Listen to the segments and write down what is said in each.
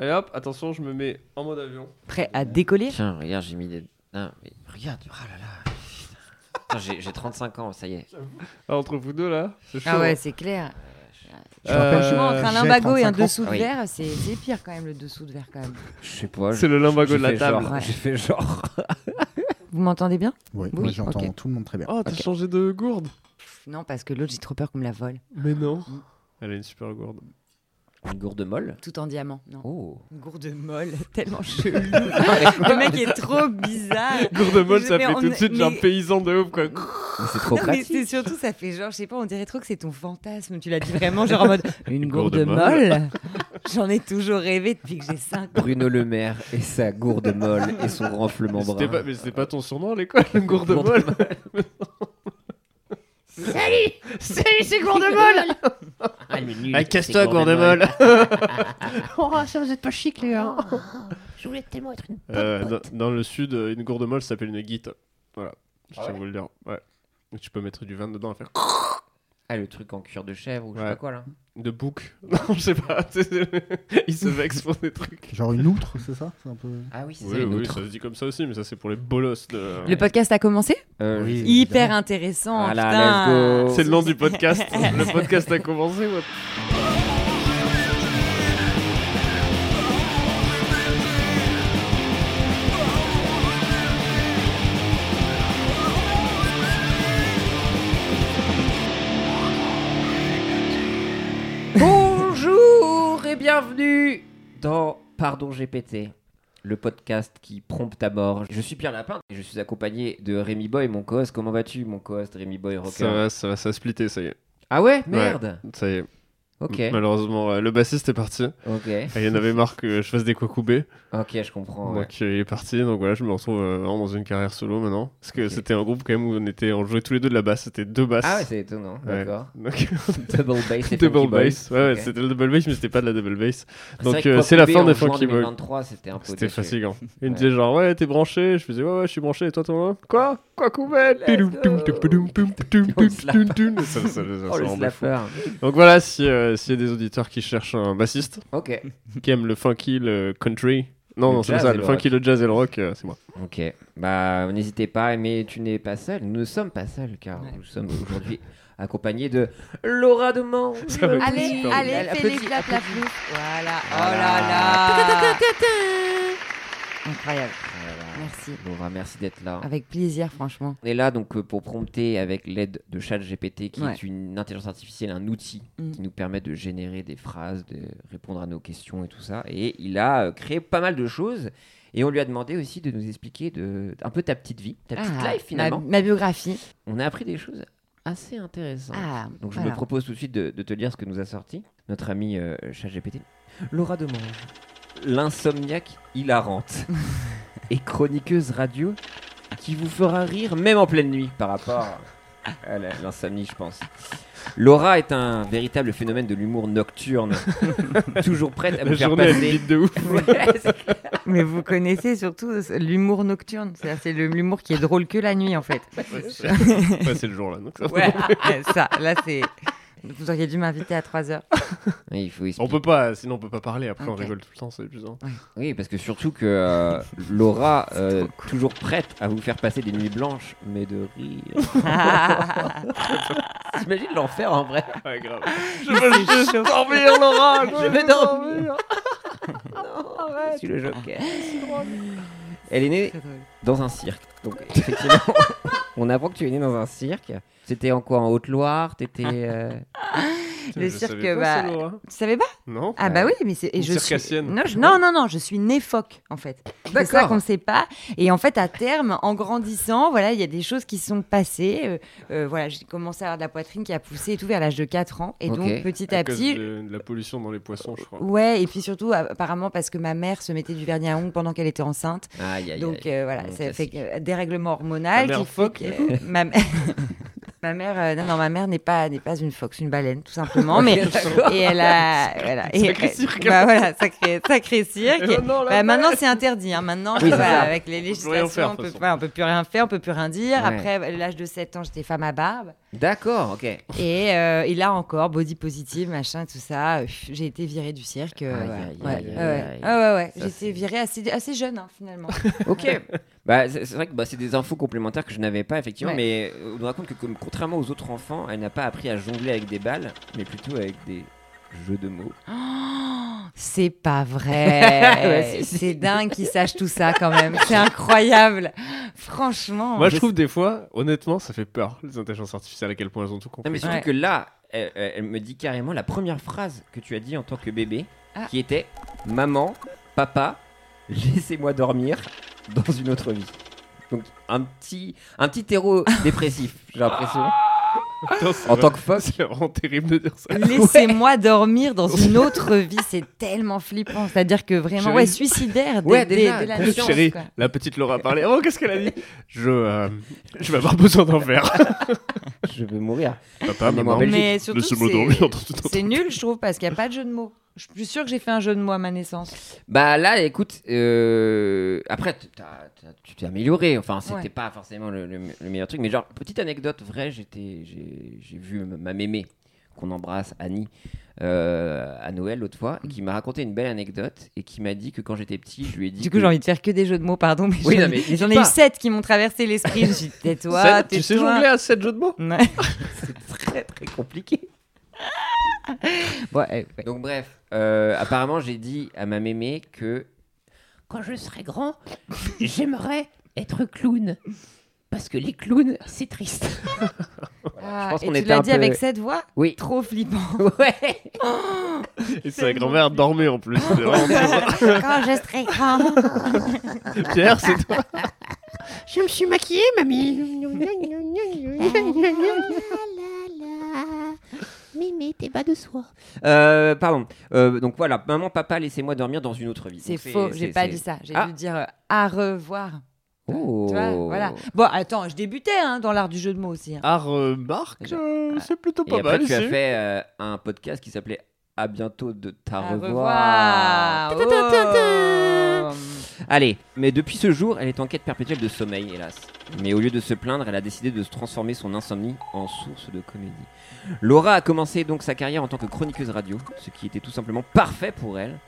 Allez hop, attention, je me mets en mode avion. Prêt à décoller Tiens, regarde, j'ai mis des. Non, mais regarde, oh là là. Putain, j'ai- j'ai 35 ans, ça y est. Ah, entre vous deux là, c'est chaud. Ah ouais, hein. c'est clair. Euh, Franchement, entre un j'ai limbago et un 35 ans. dessous de Oui. verre, c'est c'est pire quand même le dessous de verre quand même. Je sais pas. C'est le limbago de la table. Ouais. J'ai fait genre. Vous m'entendez bien Oui, Oui, moi j'entends ok. tout le monde très bien. Oh, t'as changé de gourde Non, parce que l'autre, j'ai trop peur qu'on me la vole. Mais non. Elle a une super gourde. Une gourde molle. Tout en diamant. Non. Oh. Une gourde molle, tellement chelou. le mec est trop bizarre. Gourde molle, ça Mais fait on- tout de suite mais- genre paysan de ouf quoi. Mais c'est trop Non, mais pratique. c'est surtout, ça fait genre, je sais pas, on dirait trop que c'est ton fantasme. Tu l'as dit vraiment, genre en mode une gourde, gourde molle. J'en ai toujours rêvé depuis que j'ai 5 ans. Bruno Le Maire et sa gourde molle et son renflement brun. C'était pas, mais c'était pas ton surnom à l'école, le gourde Gourde molle. Salut, c'est gourde molle Ah, le nul, Ah, c'est casse-toi, gourde molle. oh, ça vous êtes pas chic les gars. Oh. Je voulais tellement être une dans, dans le sud, euh, une gourde molle s'appelle une guite. Voilà, je tiens à vous le dire. Ouais. Et Tu peux mettre du vin dedans à faire Ah, le truc en cuir de chèvre ou je sais Ouais. pas quoi là. de bouc. Non, je sais pas. Ils se vexent pour des trucs. Genre une outre, c'est ça C'est un peu. Ah oui, c'est ça Oui, les oui, nôtres. ça se dit comme ça aussi, mais ça c'est pour les bolosses de. Le podcast a commencé Euh, Oui. je- Hyper évidemment. intéressant. Voilà, putain. let's go. C'est le nom du podcast. le podcast a commencé. What Bonjour et bienvenue dans Pardon GPT, le podcast qui prompte à mort. Je suis Pierre Lapin et je suis accompagné de Rémi Boy, mon co-host. Comment vas-tu, mon co-host Rémi Boy Rocker Ça va, ça va, ça a splitté, ça y est. Ah ouais Merde Ça y est. Ok, M- Malheureusement, euh, le bassiste est parti. ok, Et il y en avait marre que je fasse des Kwakubé. ok, je comprends. ouais. Donc euh, il est parti. Donc voilà, je me retrouve euh, vraiment dans une carrière solo maintenant. Parce que Ok. c'était un groupe quand même où on était, on jouait tous les deux de la basse. C'était deux basses. Ah ouais, c'est étonnant, Ouais. d'accord. Donc, Double bass et double funky boy. bass. Ouais, ouais, Ok. c'était le double bass, mais c'était pas de la double bass. Ah, Donc, vrai que euh, Pop c'est la Bébé, fin en des juin Funky Boy. 2023, c'était un peu C'était déçu. fatigant. Il me Ouais. disait genre, ouais, t'es branché. Je faisais, ouais, ouais, je suis branché. Et toi, Thomas Quoi Quoi, Koubel Let's go. Oh le slapper. Donc voilà, si, euh, s'il y a des auditeurs qui cherchent un bassiste, Ok, qui aiment le funky, le country. Non, Le non, c'est pas jazz ça, et le le funky, le jazz et le rock, euh, c'est moi. ok. Bah n'hésitez pas, mais tu n'es pas seul. Nous ne sommes pas seuls car Ouais. nous sommes aujourd'hui accompagnés de Laura Demange. Ça va être Allez, super allez, bien. fais les Applaudis, clap, clap, applaudis. clap. Voilà, oh Voilà. là là Incroyable, Voilà. merci. Laura, merci d'être là. Avec plaisir, franchement. On est là donc euh, pour prompter avec l'aide de ChatGPT, qui Ouais. est une intelligence artificielle, un outil Mm. qui nous permet de générer des phrases, de répondre à nos questions et tout ça. Et il a euh, créé pas mal de choses. Et on lui a demandé aussi de nous expliquer de, un peu ta petite vie, ta petite Ah, life ma, finalement. ma biographie. On a appris des choses assez intéressantes. Ah, donc je voilà. me propose tout de suite de, de te lire ce que nous a sorti notre ami euh, ChatGPT. Laura demande l'insomniaque hilarante et chroniqueuse radio qui vous fera rire même en pleine nuit par rapport à la- l'insomnie, je pense. Laura est un véritable phénomène de l'humour nocturne, toujours prête à La vous faire journée, elle passer. vite de ouf. Ouais, c'est- Mais vous connaissez surtout ce- l'humour nocturne. C'est-à-dire, C'est le- l'humour qui est drôle que la nuit, en fait. Ouais, c'est le jour là. donc ça- Ouais, ça, là, c'est. Vous auriez dû m'inviter à 3h. Ouais, il faut On expliquer. peut pas, sinon on peut pas parler. Après, on Ok. rigole tout le temps, c'est épuisant. Oui, parce que surtout que euh, Laura, euh, toujours prête à vous faire passer des nuits blanches, mais de rire. Ah. T'imagines l'enfer en vrai Ouais, grave. Je veux juste dormir, Laura. Oh, Je Oh, Oh, veux dormir Je suis le joker. Ah, Oh, Elle est née dans un cirque. Donc, effectivement, on apprend que tu es née dans un cirque. C'était en quoi En Haute-Loire T'étais. euh, Putain, Le je cirque, savais pas bah, ça, Laura. Tu savais pas Non Ah bah oui, mais c'est et Euh, Une je suis... circassienne. non, je- non, non, non, je suis née phoque en fait. C'est ça D'accord. qu'on ne sait pas. Et en fait, à terme, en grandissant, voilà, il y a des choses qui sont passées. Euh, euh, voilà, j'ai commencé à avoir de la poitrine qui a poussé et tout vers l'âge de 4 ans. Et Ok. donc, petit à, à cause petit, de, de la pollution dans les poissons, je crois. ouais. Et puis surtout, apparemment, parce que ma mère se mettait du vernis à ongles pendant qu'elle était enceinte. Aïe, aïe, Donc aïe. euh, voilà, Bon, ça fait classique. que, euh, dérèglement Ta hormonal. mère qui fait phoque, que- euh, du ma... ma mère, euh, non, non, ma mère n'est pas, n'est pas une phoque, c'est une baleine, tout simplement. Ok, mais d'accord. et elle a, voilà, et- Sacré cirque. Bah voilà, sacré, sacré cirque. Oh Eh ben non, la Bah, maintenant baleine. c'est interdit. hein. Maintenant, Oui, c'est voilà, ça. avec les peut plus rien faire, législations, on de peut, toute façon. ouais, on peut plus rien faire, on peut plus rien dire. Ouais. Après à l'âge de 7 ans, j'étais femme à barbe. euh, D'accord, ok. Et, euh, et là encore, body positive, machin, tout ça. euh, pff, J'ai été virée du cirque. euh, Aïe, ouais, aïe, ouais, aïe, ouais, aïe, ouais. aïe. Ah ouais, ouais. Ça, J'ai c'est- été virée assez, assez jeune, hein, finalement. Ok. bah, c'est c'est vrai que bah, c'est des infos complémentaires que je n'avais pas, effectivement, Ouais. mais euh, on nous raconte que, comme, contrairement aux autres enfants, elle n'a pas appris à jongler avec des balles, mais plutôt avec des jeux de mots. C'est pas Ouais, vrai. si, si. c'est dingue qu'ils sachent tout ça quand même. C'est incroyable. Franchement. Moi, je trouve des fois, honnêtement, ça fait peur, les intelligences artificielles, à quel point elles ont tout Non, mais compris. surtout Ouais. que là, elle, elle me dit carrément la première phrase que tu as dit en tant que bébé, Ah. qui était Maman, papa, laissez-moi dormir dans une autre vie. Donc, un petit, un petit terreau dépressif, j'ai l'impression, Putain, c'est en vrai- tant que phoque. C'est vraiment terrible de dire ça. Laissez-moi dormir dans une autre vie, c'est tellement flippant. C'est-à-dire que vraiment, Chérie. ouais, suicidaire dès, Ouais, dès- déjà, dès la conscience, naissance. Chérie, quoi. la petite Laura a parlé. Oh, qu'est-ce qu'elle a dit Je, euh, je vais avoir besoin d'en faire. Je vais mourir. Papa, Mais maman, moi, en Belgique. Mais surtout, laissez-moi c'est- dormir dans tout C'est nul, je trouve, parce qu'il n'y a pas de jeu de mots. Je suis sûre que j'ai fait un jeu de mots à ma naissance. Bah là, écoute, euh, après, t- t'as- t'as- tu t'es amélioré. Enfin, c'était Ouais. pas forcément le, le- le meilleur truc, mais genre, petite anecdote vraie, j'étais, j'ai, j'ai vu ma- ma mémé qu'on embrasse, Annie, euh, à Noël l'autre fois, Mm. qui m'a raconté une belle anecdote et qui m'a dit que quand j'étais petit, je lui ai dit. Du coup, que- j'ai envie de faire que des jeux de mots, pardon. Mais Oui, j'en- non, mais j'en ai pas. eu sept qui m'ont traversé l'esprit. Je me suis dit, tais-toi, Sept, tais-toi. Tu sais jongler à 7 jeux de mots Ouais. C'est très très compliqué. Ouais, ouais. Donc bref, euh, apparemment, j'ai dit à ma mémé que quand je serai grand, j'aimerais être clown parce que les clowns, c'est triste. Ah, pense et qu'on tu était l'as un dit peu- avec cette voix Oui. Trop flippant. Ouais. Et sa grand-mère dormait en plus. C'est vraiment très drôle. Quand je serai grand. Pierre, c'est toi. Je me suis maquillée, mamie. Mémé, t'es bas de soie. Euh, pardon. Euh, donc voilà, maman, papa, laissez-moi dormir dans une autre vie. C'est Donc faux, j'ai c'est- pas c'est- dit ça. J'ai Ah. dû dire euh, à revoir. Oh. Tu vois, voilà. Bon, attends, je débutais hein, dans l'art du jeu de mots aussi. hein. Ah, remarque, Déjà. euh, c'est plutôt Et pas après, mal. tu as ici. fait euh, un podcast qui s'appelait À bientôt de ta À revoir. revoir. Oh. Allez, mais depuis ce jour, elle est en quête perpétuelle de sommeil, hélas. Mais au lieu de se plaindre, elle a décidé de se transformer son insomnie en source de comédie. Laura a commencé donc sa carrière en tant que chroniqueuse radio, ce qui était tout simplement parfait pour elle.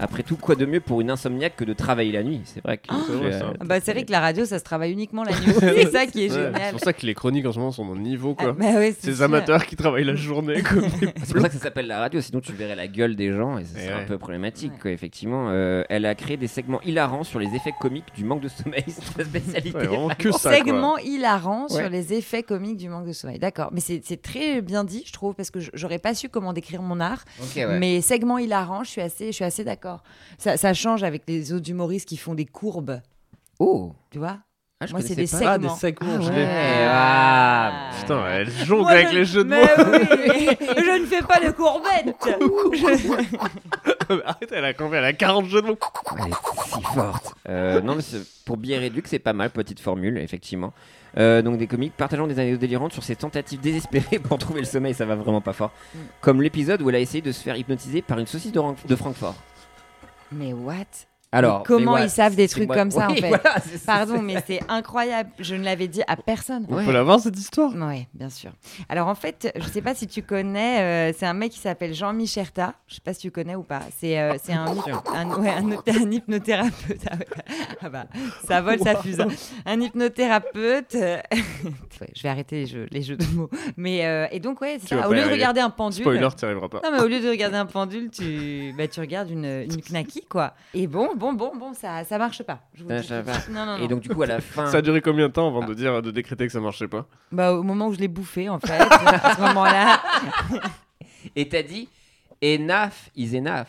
Après tout, quoi de mieux pour une insomniaque que de travailler la nuit C'est vrai que. C'est vrai, ça. Ah Bah, c'est vrai que la radio, ça se travaille uniquement la nuit. c'est ça qui est Ouais, C'est génial. pour ça que les chroniques en ce moment sont dans le niveau, Ah, quoi. bah ouais, c'est Ces sûr. amateurs qui travaillent la journée, quoi. C'est pour ça que ça s'appelle la radio, sinon tu verrais la gueule des gens et ça Et serait Eh ouais. un peu problématique, Ouais. quoi, effectivement. Euh, elle a créé des segments hilarants sur les effets comiques du manque de sommeil, c'est sa spécialité. Ouais, vraiment que ça, quoi. Segment hilarant Ouais. sur les effets comiques du manque de sommeil. D'accord, mais c'est c'est très bien dit, je trouve, parce que je- j'aurais pas su comment décrire mon art. Ok, Eh ouais. Mais segment hilarant, je suis assez, je suis assez d'accord. Ça, ça change avec les autres humoristes qui font des courbes, Oh tu vois Ah, je Moi, c'est connaissais des pas. segments. Ah, des segments, je Ouais, l'ai- ah. Putain, elle jongle Moi, avec je- les jeux de Mais mots. oui, je ne fais pas de courbettes. Arrête, elle a combien Elle a 40 jeux de mots. Elle est si forte. Euh, non, mais c'est- pour Bière et Duc, c'est pas mal, petite formule, effectivement. Euh, donc des comiques partageant des anecdotes délirantes sur ses tentatives désespérées pour trouver le sommeil, ça va vraiment pas fort. Mm. Comme l'épisode où elle a essayé de se faire hypnotiser par une saucisse de, Ran- de Francfort. mais what Alors, Mais comment voilà, ils savent des c'est trucs moi- comme ça, en Oui, fait voilà, c'est- c'est- Pardon, mais c'est incroyable. Je ne l'avais dit à personne. On Ouais. peut la voir cette histoire Oui, bien sûr. Alors en fait, je ne sais pas si tu connais, euh, c'est un mec qui s'appelle Jean-Michel Herta. Je ne sais pas si tu connais ou pas. C'est euh, c'est un, un- ouais, un hypno- un hypnothérapeute. Ah ouais. Ah bah, ça vole, ça fuse. hein. Un hypnothérapeute. euh, ouais, je vais arrêter les jeux, les jeux de mots. Mais, euh, et donc, ouais, c'est Tu vas ça. pas Au y lieu de arriver. regarder un pendule. Spoiler, t'y arriveras pas. Non, mais au lieu de regarder un pendule, tu, bah, tu regardes une, une knacky, quoi. Et bon, bon, bon, bon, ça ça marche pas. Je vous Euh, Ça dis tout de marche suite. Non, non, non. Et donc du coup à la fin, Ça a duré combien de temps Ah. avant de dire, de décréter que ça marchait pas Bah, au moment où je l'ai bouffé, en fait, à ce moment-là. Et t'as dit Enaf is enough.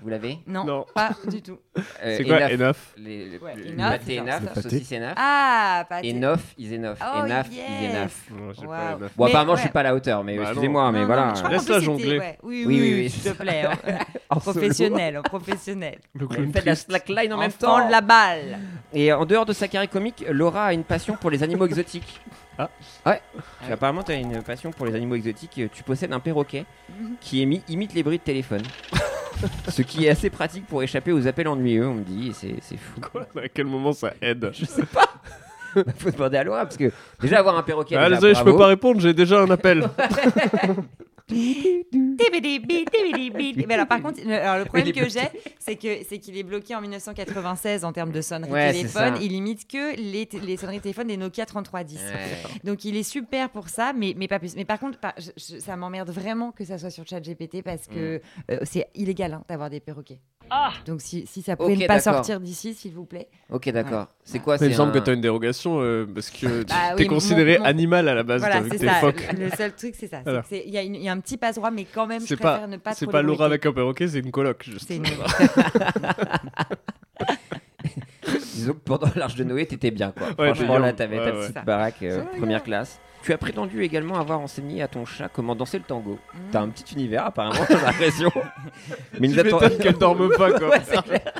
Vous l'avez Non, Non. pas du tout. Euh, C'est quoi Enaf. Enough Les- le- Ouais, le- enough, le pâté c'est ça. Enaf, Le pâté. saucisse Enaf. Ah, pas Enough is enough. Oh, Enough is yes. enough. Non, j'ai pas Waouh. enough. Bon, Mais apparemment, je ouais. suis pas à la hauteur, mais Bah non. excusez-moi, mais Non, voilà. non, je crois Laisse qu'en plus, la c'était- jongler. ouais. Oui, Oui, oui, oui, oui, oui. s'il te plaît. hein. En solo. professionnel, en professionnel. Le clown Elle fait de la triste. slackline en même Enfant temps. de la balle. Et en dehors de sa carrière comique, Laura a une passion pour les animaux exotiques. Ah. Ouais. Tu- Apparemment, tu as une passion pour les animaux exotiques. Euh, Tu possèdes un perroquet Mhm. qui émi- imite les bruits de téléphone. Ce qui est assez pratique pour échapper aux appels ennuyeux, on me dit. et C'est c'est fou. Quoi À quel moment ça aide Je sais pas. Faut demander à Laura parce que déjà avoir un perroquet. Ah, déjà, désolé, je peux pas bravo. répondre, j'ai déjà un appel. Tibidi-bi, tibidi-bi. Mais alors, par contre, le, alors, le Oui, il problème est que j'ai, c'est que c'est qu'il est bloqué en 1996 en termes de sonnerie Ouais, c'est téléphone. ça. Il imite que les, t- les sonneries téléphone des Nokia 3310. Ouais. Donc il est super pour ça, mais, mais pas plus. Mais par contre, par- je- je- ça m'emmerde vraiment que ça soit sur ChatGPT parce que euh, c'est illégal hein, d'avoir des perroquets. Donc si, si ça pouvait Ok, ne pas d'accord. sortir d'ici, s'il vous plaît. Ok, d'accord. C'est quoi Il c'est me semble un- que t'as une dérogation euh, parce que Bah oui, t'es mon- considéré mon- animal à la base voilà, avec c'est tes ça. phoques. Le seul truc, c'est ça. C'est Voilà. que c'est- Il y, a une- il y a un petit passe-droit, mais quand même, je C'est préfère pas- ne pas C'est trop pas le Laura avec bretter. un perroquet, c'est une coloc. juste. C'est une- Disons que pendant l'Arche de Noé, t'étais bien, quoi. Ouais, Franchement, t'es là, bien. t'avais Ouais, ta ouais. petite Ça. baraque euh, Ça va, hein. première gars. classe. Tu as prétendu également avoir enseigné à ton chat comment danser le tango. Mm. T'as un petit univers, apparemment, j'ai l'impression. Mais nous, Tu atten- m'étonnes qu'elle dorme pas, quoi. Ouais, c'est clair.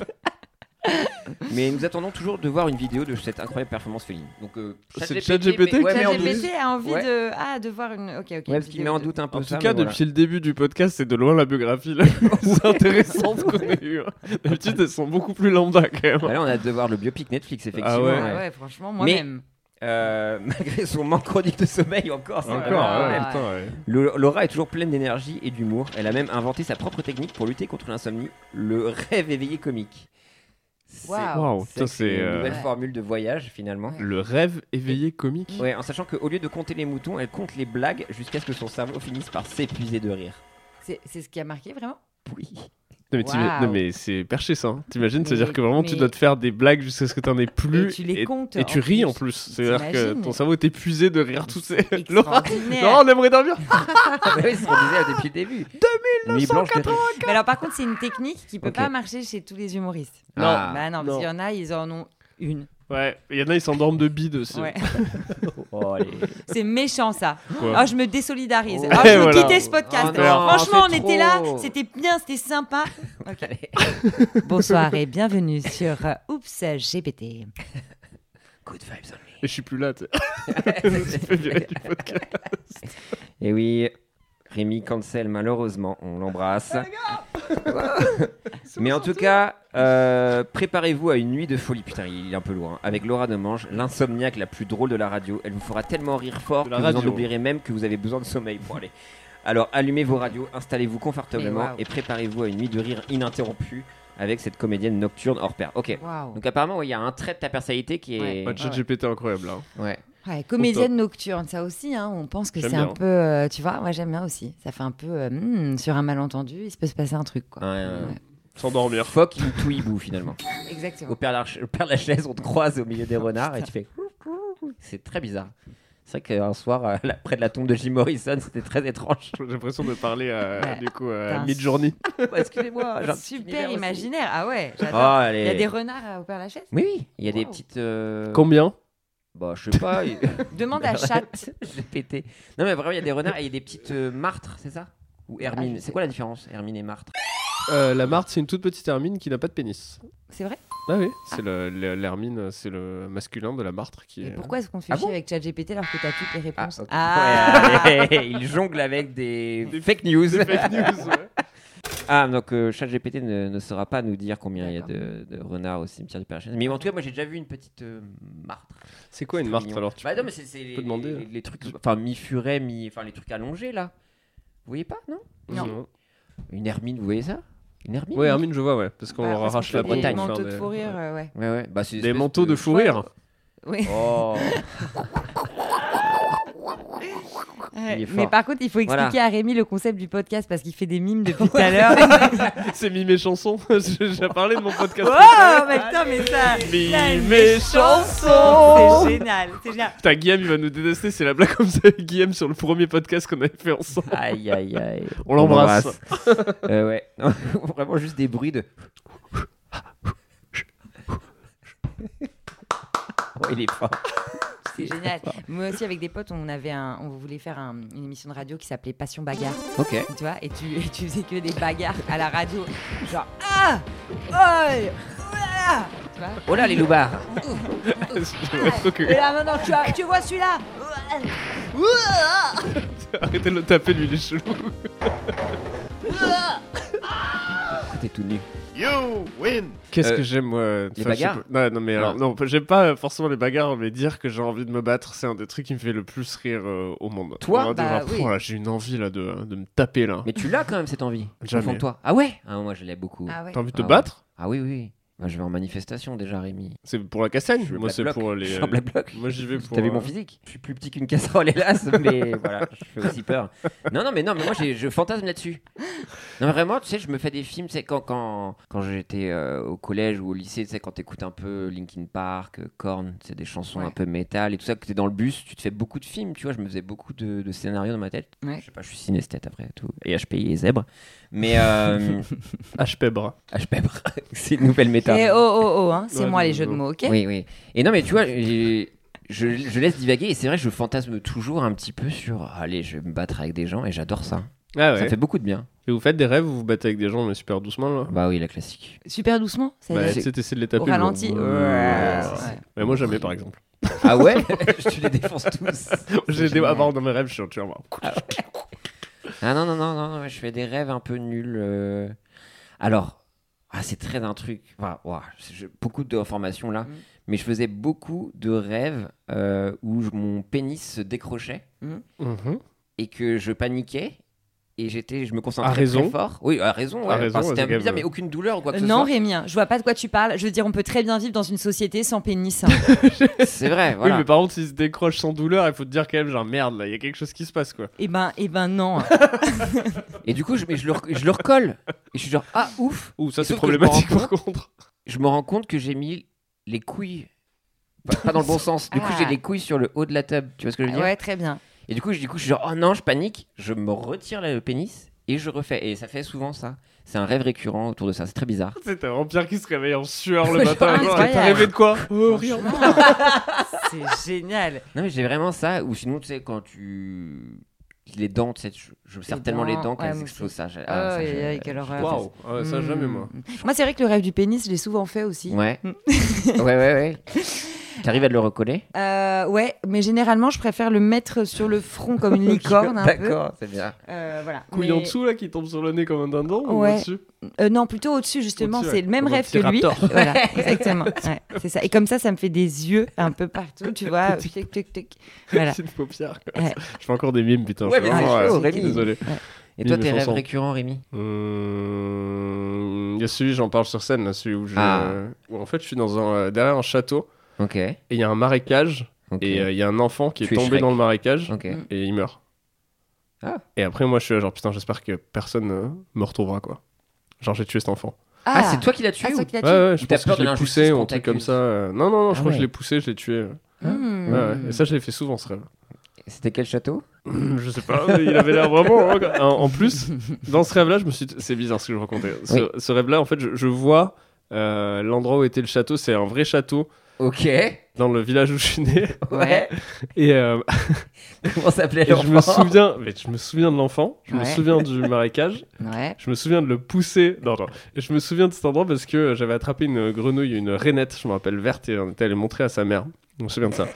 Mais nous attendons toujours de voir une vidéo de cette incroyable performance féline. Donc, euh, C'est le mais- ChatGPT ouais, qui mais en dit- doute. ChatGPT a envie Ouais. de, ah, de voir une. Ok, ok. Ouais, parce qu'il met vidéo en de- doute un peu En ça, tout cas, mais voilà. depuis le début du podcast, c'est de loin la biographie la plus intéressante qu'on ait eue. hein. D'habitude, elles sont beaucoup plus lambda quand même. Bah là, on a hâte de voir le biopic Netflix, effectivement. ouais. ouais. Ah ouais, franchement, moi-même. Euh, malgré son manque chronique de sommeil encore, c'est Encore, vraiment- ouais, Ah, putain, ouais. Le- Laura est toujours pleine d'énergie et d'humour. Elle a même inventé sa propre technique pour lutter contre l'insomnie, le rêve éveillé comique. C'est- Waouh. Waouh, putain, c'est c'est une euh, nouvelle Ouais. formule de voyage finalement. Ouais. le rêve éveillé comique. Ouais, en sachant qu'au lieu de compter les moutons, elle compte les blagues jusqu'à ce que son cerveau finisse par s'épuiser de rire. C'est c'est ce qui a marqué vraiment Oui. Non, mais, t'ima- Waouh. non, mais c'est perché ça. hein. T'imagines, Mais- c'est-à-dire que vraiment tu mais- dois te faire des blagues jusqu'à ce que t'en aies plus. Et tu les comptes. et tu ris en plus. C'est-à-dire que T'imagines ton cerveau est épuisé de rire tous ces. Laura, non, Extraordinaire. on aimerait dormir. Ah bah oui, c'est ce qu'on disait depuis le début. 2980 Mais alors, par contre, c'est une technique qui peut Ok. pas marcher chez tous les humoristes. Non. Bah non, parce Non. qu'il y en a, ils en ont une. Ouais, il y en a, ils s'endorment de bide aussi. Ouais. Oh, allez. C'est méchant ça. Quoi. Ah, je me désolidarise. Ouais, Ah, je veux voilà. quitter ce podcast. Oh non, Franchement, on c'est était là, trop. c'était bien, c'était sympa. Allez. Bonsoir et bienvenue sur euh, Oups GPT. Good vibes only. Et je suis plus là, tu sais. Je fais virer du podcast. Et Eh oui, Rémi cancel malheureusement, on l'embrasse. Mais en tout cas, euh, préparez-vous à une nuit de folie. Putain, il est un peu lourd. hein. Avec Laura Demange, l'insomniaque la plus drôle de la radio. Elle vous fera tellement rire fort De que la vous en radio. oublierez même que vous avez besoin de sommeil pour aller. Alors allumez vos radios, installez-vous confortablement Mais waouh. et préparez-vous à une nuit de rire ininterrompue avec cette comédienne nocturne hors pair. Ok. Waouh. Donc apparemment, ouais, il y a un trait de ta personnalité qui est... Ouais, ChatGPT incroyable hein. là. Ouais. Ouais, comédienne nocturne, ça aussi, hein, on pense que J'aime c'est un bien. peu, euh, tu vois, moi j'aime bien aussi. Ça fait un peu, euh, hmm, sur un malentendu, il se peut se passer un truc, quoi. Ouais, ouais, ouais. S'endormir. Fuck in Touibou finalement. Au Exactement. père, Larch- au père Lachaise, on te croise au milieu des renards et tu fais. C'est très bizarre. C'est vrai qu'un soir, euh, là, près de la tombe de Jim Morrison, c'était très étrange. J'ai l'impression de parler à, Ouais. du coup euh, à Putain. mid-journée. Oh, Excusez-moi, j'ai un petit univers Super aussi. imaginaire, ah ouais, Oh, j'adore. allez. Il y a des renards euh, au Père Lachaise Oui, oui, il y a des Wow. petites. euh, Combien Bah, je sais pas. il- Demande à Chat. J'ai pété. Non, mais vraiment, il y a des renards et il y a des petites euh, martres, c'est ça Ou Ah, Hermine. je c'est sais quoi la différence, Hermine et martre euh, La Marthe, c'est une toute petite hermine qui n'a pas de pénis. C'est vrai Ah oui C'est le- le- l'hermine, c'est le masculin de la Marthe qui Et est. pourquoi est-ce qu'on se fait Ah chier bon avec ChatGPT alors que t'as toutes les Ah, réponses ok. Ah. Ouais, allez, il jongle avec des, Des- fake news. C'est fake news, ouais. Ah, donc euh, ChatGPT ne, ne saura pas nous dire combien il y a D'accord. de, de renards au cimetière du Père Lachaise. Mais en tout cas, moi j'ai déjà vu une petite euh, martre. C'est quoi une C'est Marthe mignon. alors tu Bah non, mais c'est c'est les, demander, les- hein. les trucs, enfin mi-furet, mi. Enfin les trucs allongés là. Vous voyez pas, non Non. Une hermine, vous voyez ça Une hermine Ouais, hermine, je vois, ouais. Parce qu'on Voilà, Bah, leur parce arrache qu'on la fait des Bretagne. Des pour manteaux de faire fourrure, euh, ouais. Ouais, ouais. Bah, c'est une Des espèce manteaux de fou rire. Oui. Oh Ah, Ouais, Il est Mais fort. par contre, il faut expliquer Voilà. à Rémi le concept du podcast parce qu'il fait des mimes depuis tout à l'heure. C'est mis mes chansons. J'ai déjà parlé de mon podcast. Oh, mais putain, mais ça. Mis ça, mes chansons. C'est génial, c'est génial. Putain, Guillaume, il va nous détester. C'est la blague comme ça avec Guillaume sur le premier podcast qu'on avait fait ensemble. Aïe, aïe, aïe. On l'embrasse. l'embrasse. Euh, ouais. Vraiment juste des bruits de. Oh, il est fort. C'est génial. Moi aussi, avec des potes, on avait un, on voulait faire un- une émission de radio qui s'appelait Passion Bagarre. Ok. Tu vois, et tu, et tu faisais que des bagarres à la radio. Genre, ah Oi Oulala Tu vois Oh là, les loupards. J'aimerais trop que- Et là maintenant, tu, as- tu vois celui-là Arrêtez de le taper, lui, il est chelou. Ah, T'es tout nu. Qu'est-ce Euh, que j'aime, moi les enfin, je sais bagarres pas. Non, non, mais alors, non, j'aime pas euh, forcément les bagarres, mais dire que j'ai envie de me battre, c'est un des trucs qui me fait le plus rire euh, au monde. Toi Vraiment, de Bah genre, oui. Pouah, là, J'ai une envie là de, de me taper là. Mais tu l'as quand même cette envie. au Jamais. fond de toi. Ah ouais ah, Moi, je l'ai beaucoup. Ah ouais. T'as envie de te Ah ouais. battre Ah oui, oui. Moi, je vais en manifestation déjà, Rémi. C'est pour la castagne Je Moi, c'est black bloc. pour euh, les. Je suis en black bloc. Moi, j'y vais pour. T'as vu euh, mon physique Je suis plus petit qu'une casserole, hélas, mais voilà, je fais aussi peur. Non, non, mais non, mais moi, j'ai- je fantasme là-dessus. Non, mais vraiment, tu sais, je me fais des films, tu sais, quand, quand, quand j'étais euh, au collège ou au lycée, tu sais, quand t'écoutes un peu Linkin Park, euh, Korn, c'est des chansons Ouais. un peu métal et tout ça, que t'es dans le bus, tu te fais beaucoup de films, tu vois, je me faisais beaucoup de, de scénarios dans ma tête. Ouais. Je sais pas, je suis synesthète après tout, et HPI et zèbre. Mais euh, HP bras. HP, c'est une nouvelle méta. Et oh oh oh, hein, c'est Ouais, moi non, les jeux de non. mots, ok Oui, oui. Et non, mais tu vois, j'ai- je, je laisse divaguer et c'est vrai que je fantasme toujours un petit peu sur allez, je vais me battre avec des gens et j'adore ça. Ah Ça ouais. me fait beaucoup de bien. Et vous faites des rêves, vous vous battez avec des gens, mais super doucement là Bah oui, la classique. Super doucement, ça Bah, y tu est. sais, t'essaies de les au taper. genre, ralenti. Ouais. Ouais. Mais moi, jamais, par exemple. Ah ouais Je les défonce tous. J'ai des Génial. avant dans mes rêves, je suis en train de voir. Ah non, non, non, non, non, je fais des rêves un peu nuls. euh. Alors, ah, c'est très un truc. Enfin, ouah, j'ai beaucoup d'informations là, Mm. mais je faisais beaucoup de rêves euh, où je- mon pénis se décrochait. Mhm. et que je paniquais et j'étais je me concentrais À raison. très fort oui à raison, ouais. À raison, Enfin, c'était c'est quand bien même- mais aucune douleur ou quoi que Euh, ce Non, soit Rémi, hein, je vois pas de quoi tu parles. Je veux dire, on peut très bien vivre dans une société sans pénis. hein. c'est vrai voilà Oui, mais par contre, s'il se décroche sans douleur, il faut te dire quand même, genre merde, là, il y a quelque chose qui se passe quoi. Eh ben, eh ben non. et du coup je, mais je, le, rec- je le recolle et je suis genre ah ouf Ouh, ça Et c'est sauf que je me problématique rends par contre. je me rends compte que j'ai mis les couilles pas, pas dans le bon sens du coup Ah. j'ai les couilles sur le haut de la table tu vois ce que je veux dire Ouais, très bien. et du coup je, du coup je suis genre oh non je panique je me retire le pénis et je refais et ça fait souvent ça c'est un rêve récurrent autour de ça c'est très bizarre C'est un vampire qui se réveille en sueur le C'est matin. genre, incroyable. T'as rêvé de quoi Oh, rien. Franchement, C'est génial. non mais j'ai vraiment ça ou sinon tu sais quand tu les dents, tu sais, je, je serre Les tellement les dents, dents ouais, qu'elles moi explosent. Ça, j'ai- Oh, ah, ça, aïe, j'ai- aïe, quelle j'ai- horreur. Waouh, ah ouais, ça Mm. jamais moi. Moi, c'est vrai que le rêve du pénis, je l'ai souvent fait aussi. Ouais. ouais, ouais, ouais. T'arrives à le recoller Euh, ouais, mais généralement, je préfère le mettre sur le front comme une licorne. un peu. c'est bien. Euh, voilà. Couille Mais- en dessous là qui tombe sur le nez comme un dindon ou Ouais. au-dessus Euh, non, plutôt au-dessus, justement. Au-dessus, C'est ouais. le même Comme un rêve que petit lui. raptor. Voilà, exactement. Ouais, c'est ça. Et comme ça, ça me fait des yeux un peu partout, tu vois. Tic, tic, tic. Voilà. C'est une paupière. quoi. Ouais. Je fais encore des mimes, putain. Ouais, je suis mais c'est vraiment, chaud, euh, Rémi. Désolé. Et toi, Mille tes neuf rêves cents. récurrents, Rémi Hum, Il y a celui, j'en parle sur scène, là, celui où je. Ah. où en fait, je suis dans un, euh, derrière un château Ok. et il y a un marécage ok. et euh, il y a un enfant qui Tu est es tombé Shrek. dans le marécage Ok. Mm. et il meurt. Ah. Et après, moi, je suis là, genre, putain, j'espère que personne euh, me retrouvera, quoi. Genre, j'ai tué cet enfant. Ah, c'est toi qui l'as tué Ah, c'est ou toi qui l'as Ouais, tué. ouais, je Ou t'as pense que peur je de l'ai l'injustice poussé ou qu'on un truc t'accuse. comme ça. euh, Non, non, non, je Ah crois que je ouais. l'ai poussé, je l'ai tué. euh. Hmm. Ouais, ouais. Et ça, je l'ai fait souvent, ce rêve. C'était quel château Je sais pas, mais il avait l'air vraiment. hein, quoi. En, en plus, dans ce rêve-là, je me suis. dit- C'est bizarre ce que je racontais. Ce, Oui. ce rêve-là, en fait, je, je vois euh, l'endroit où était le château. C'est un vrai château Ok. Ouais. dans le village où je suis né. Et, euh, Comment s'appelait et je me l'enfant souviens. Mais je me souviens de l'enfant. Je me Ouais. souviens du marécage. Ouais. Je me souviens de le pousser. Non, non. Et je me souviens de cet endroit parce que j'avais attrapé une grenouille, une rainette, je me rappelle, verte, et on était allé montrer à sa mère. Je me souviens de ça.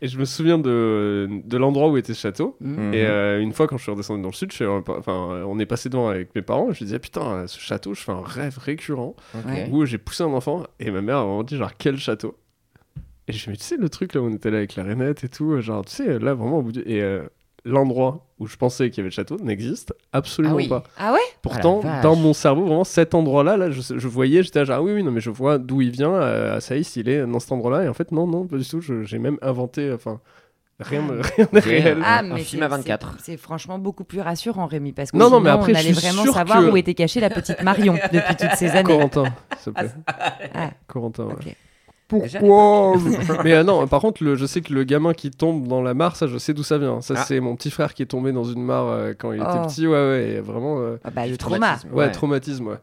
Et je me souviens de, de l'endroit où était le château. Mhm. Et euh, une fois, quand je suis redescendu dans le sud, je suis- enfin, euh, on est passé devant avec mes parents. Et je disais, putain, euh, ce château, je fais un rêve récurrent Ok. Ouais. où j'ai poussé un enfant. Et ma mère m'a vraiment dit, genre, quel château Et je me tu sais, le truc là, où on était là avec la rainette et tout, euh, genre, tu sais, là vraiment au bout du. Et euh, l'endroit où je pensais qu'il y avait le château n'existe absolument Ah oui. pas. Ah ouais Pourtant, Ah la vache. dans mon cerveau, vraiment, cet endroit-là, là, je, je voyais, j'étais là, genre, ah oui, oui, non, mais je vois d'où il vient, euh, ça y est, il est dans cet endroit-là. Et en fait, non, non, pas du tout. je- J'ai même inventé, enfin, Rien de rien de réel. Ah, Ah, un mais film c'est- à 24. C'est c'est franchement beaucoup plus rassurant, Rémi, parce que Non, non, mais sinon, après, on je allait suis vraiment sûr savoir que- où était cachée la petite Marion depuis toutes ces années. Corentin, s'il te plaît. Ah, Corentin, ouais. ok. Déjà, Pourquoi Mais euh, non, par contre, le, je sais que le gamin qui tombe dans la mare, ça, je sais d'où ça vient. Ça, Ah. c'est mon petit frère qui est tombé dans une mare euh, quand il était Oh. petit. Ouais, ouais, et vraiment. euh, Ah bah, le trauma. Traumatisme, ouais, traumatisme, ouais.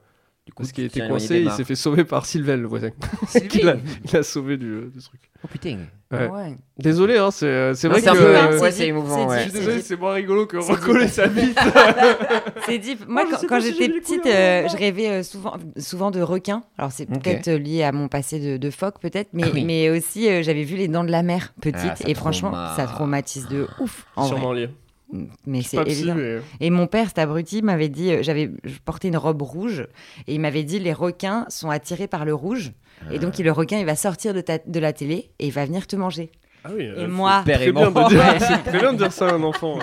Du coup, Parce qu'il tu était tiens éloigné coincé, des il mains. s'est fait sauver par Sylvain, le voisin. Sylvie. il, a, il a sauvé du, euh, du truc. Oh putain. Ouais. Ouais. Désolé, hein, c'est euh, c'est Non, vrai c'est un que. peu, euh, hein, ouais, c'est émouvant, je ouais. suis c'est désolé, deep. c'est moins rigolo que C'est recoller deep. sa bite. C'est deep. Moi, Oh, je quand, sais quand pas si j'ai j'étais vu les petite, couleurs, euh, moi. je rêvais euh, souvent, souvent de requins. Alors, c'est Ok. peut-être euh, lié à mon passé de, de phoque, peut-être, mais, Ah oui. mais aussi, euh, j'avais vu les dents de la mer Ah, petite, ça et franchement, trauma. Ah. ça traumatise de ouf. En vrai. Sûrement lié. Mais Je suis c'est pas psy, évident. mais. euh, Et mon père, cet abruti, m'avait dit, euh, j'avais je portais une robe rouge, et il m'avait dit les requins sont attirés par le rouge, Ah. et donc il- le requin il va sortir de, ta- de la télé et il va venir te manger. Ah oui. Et euh, moi, Père Très et bien, mort. de dire, c'est très bien de dire ça à un enfant.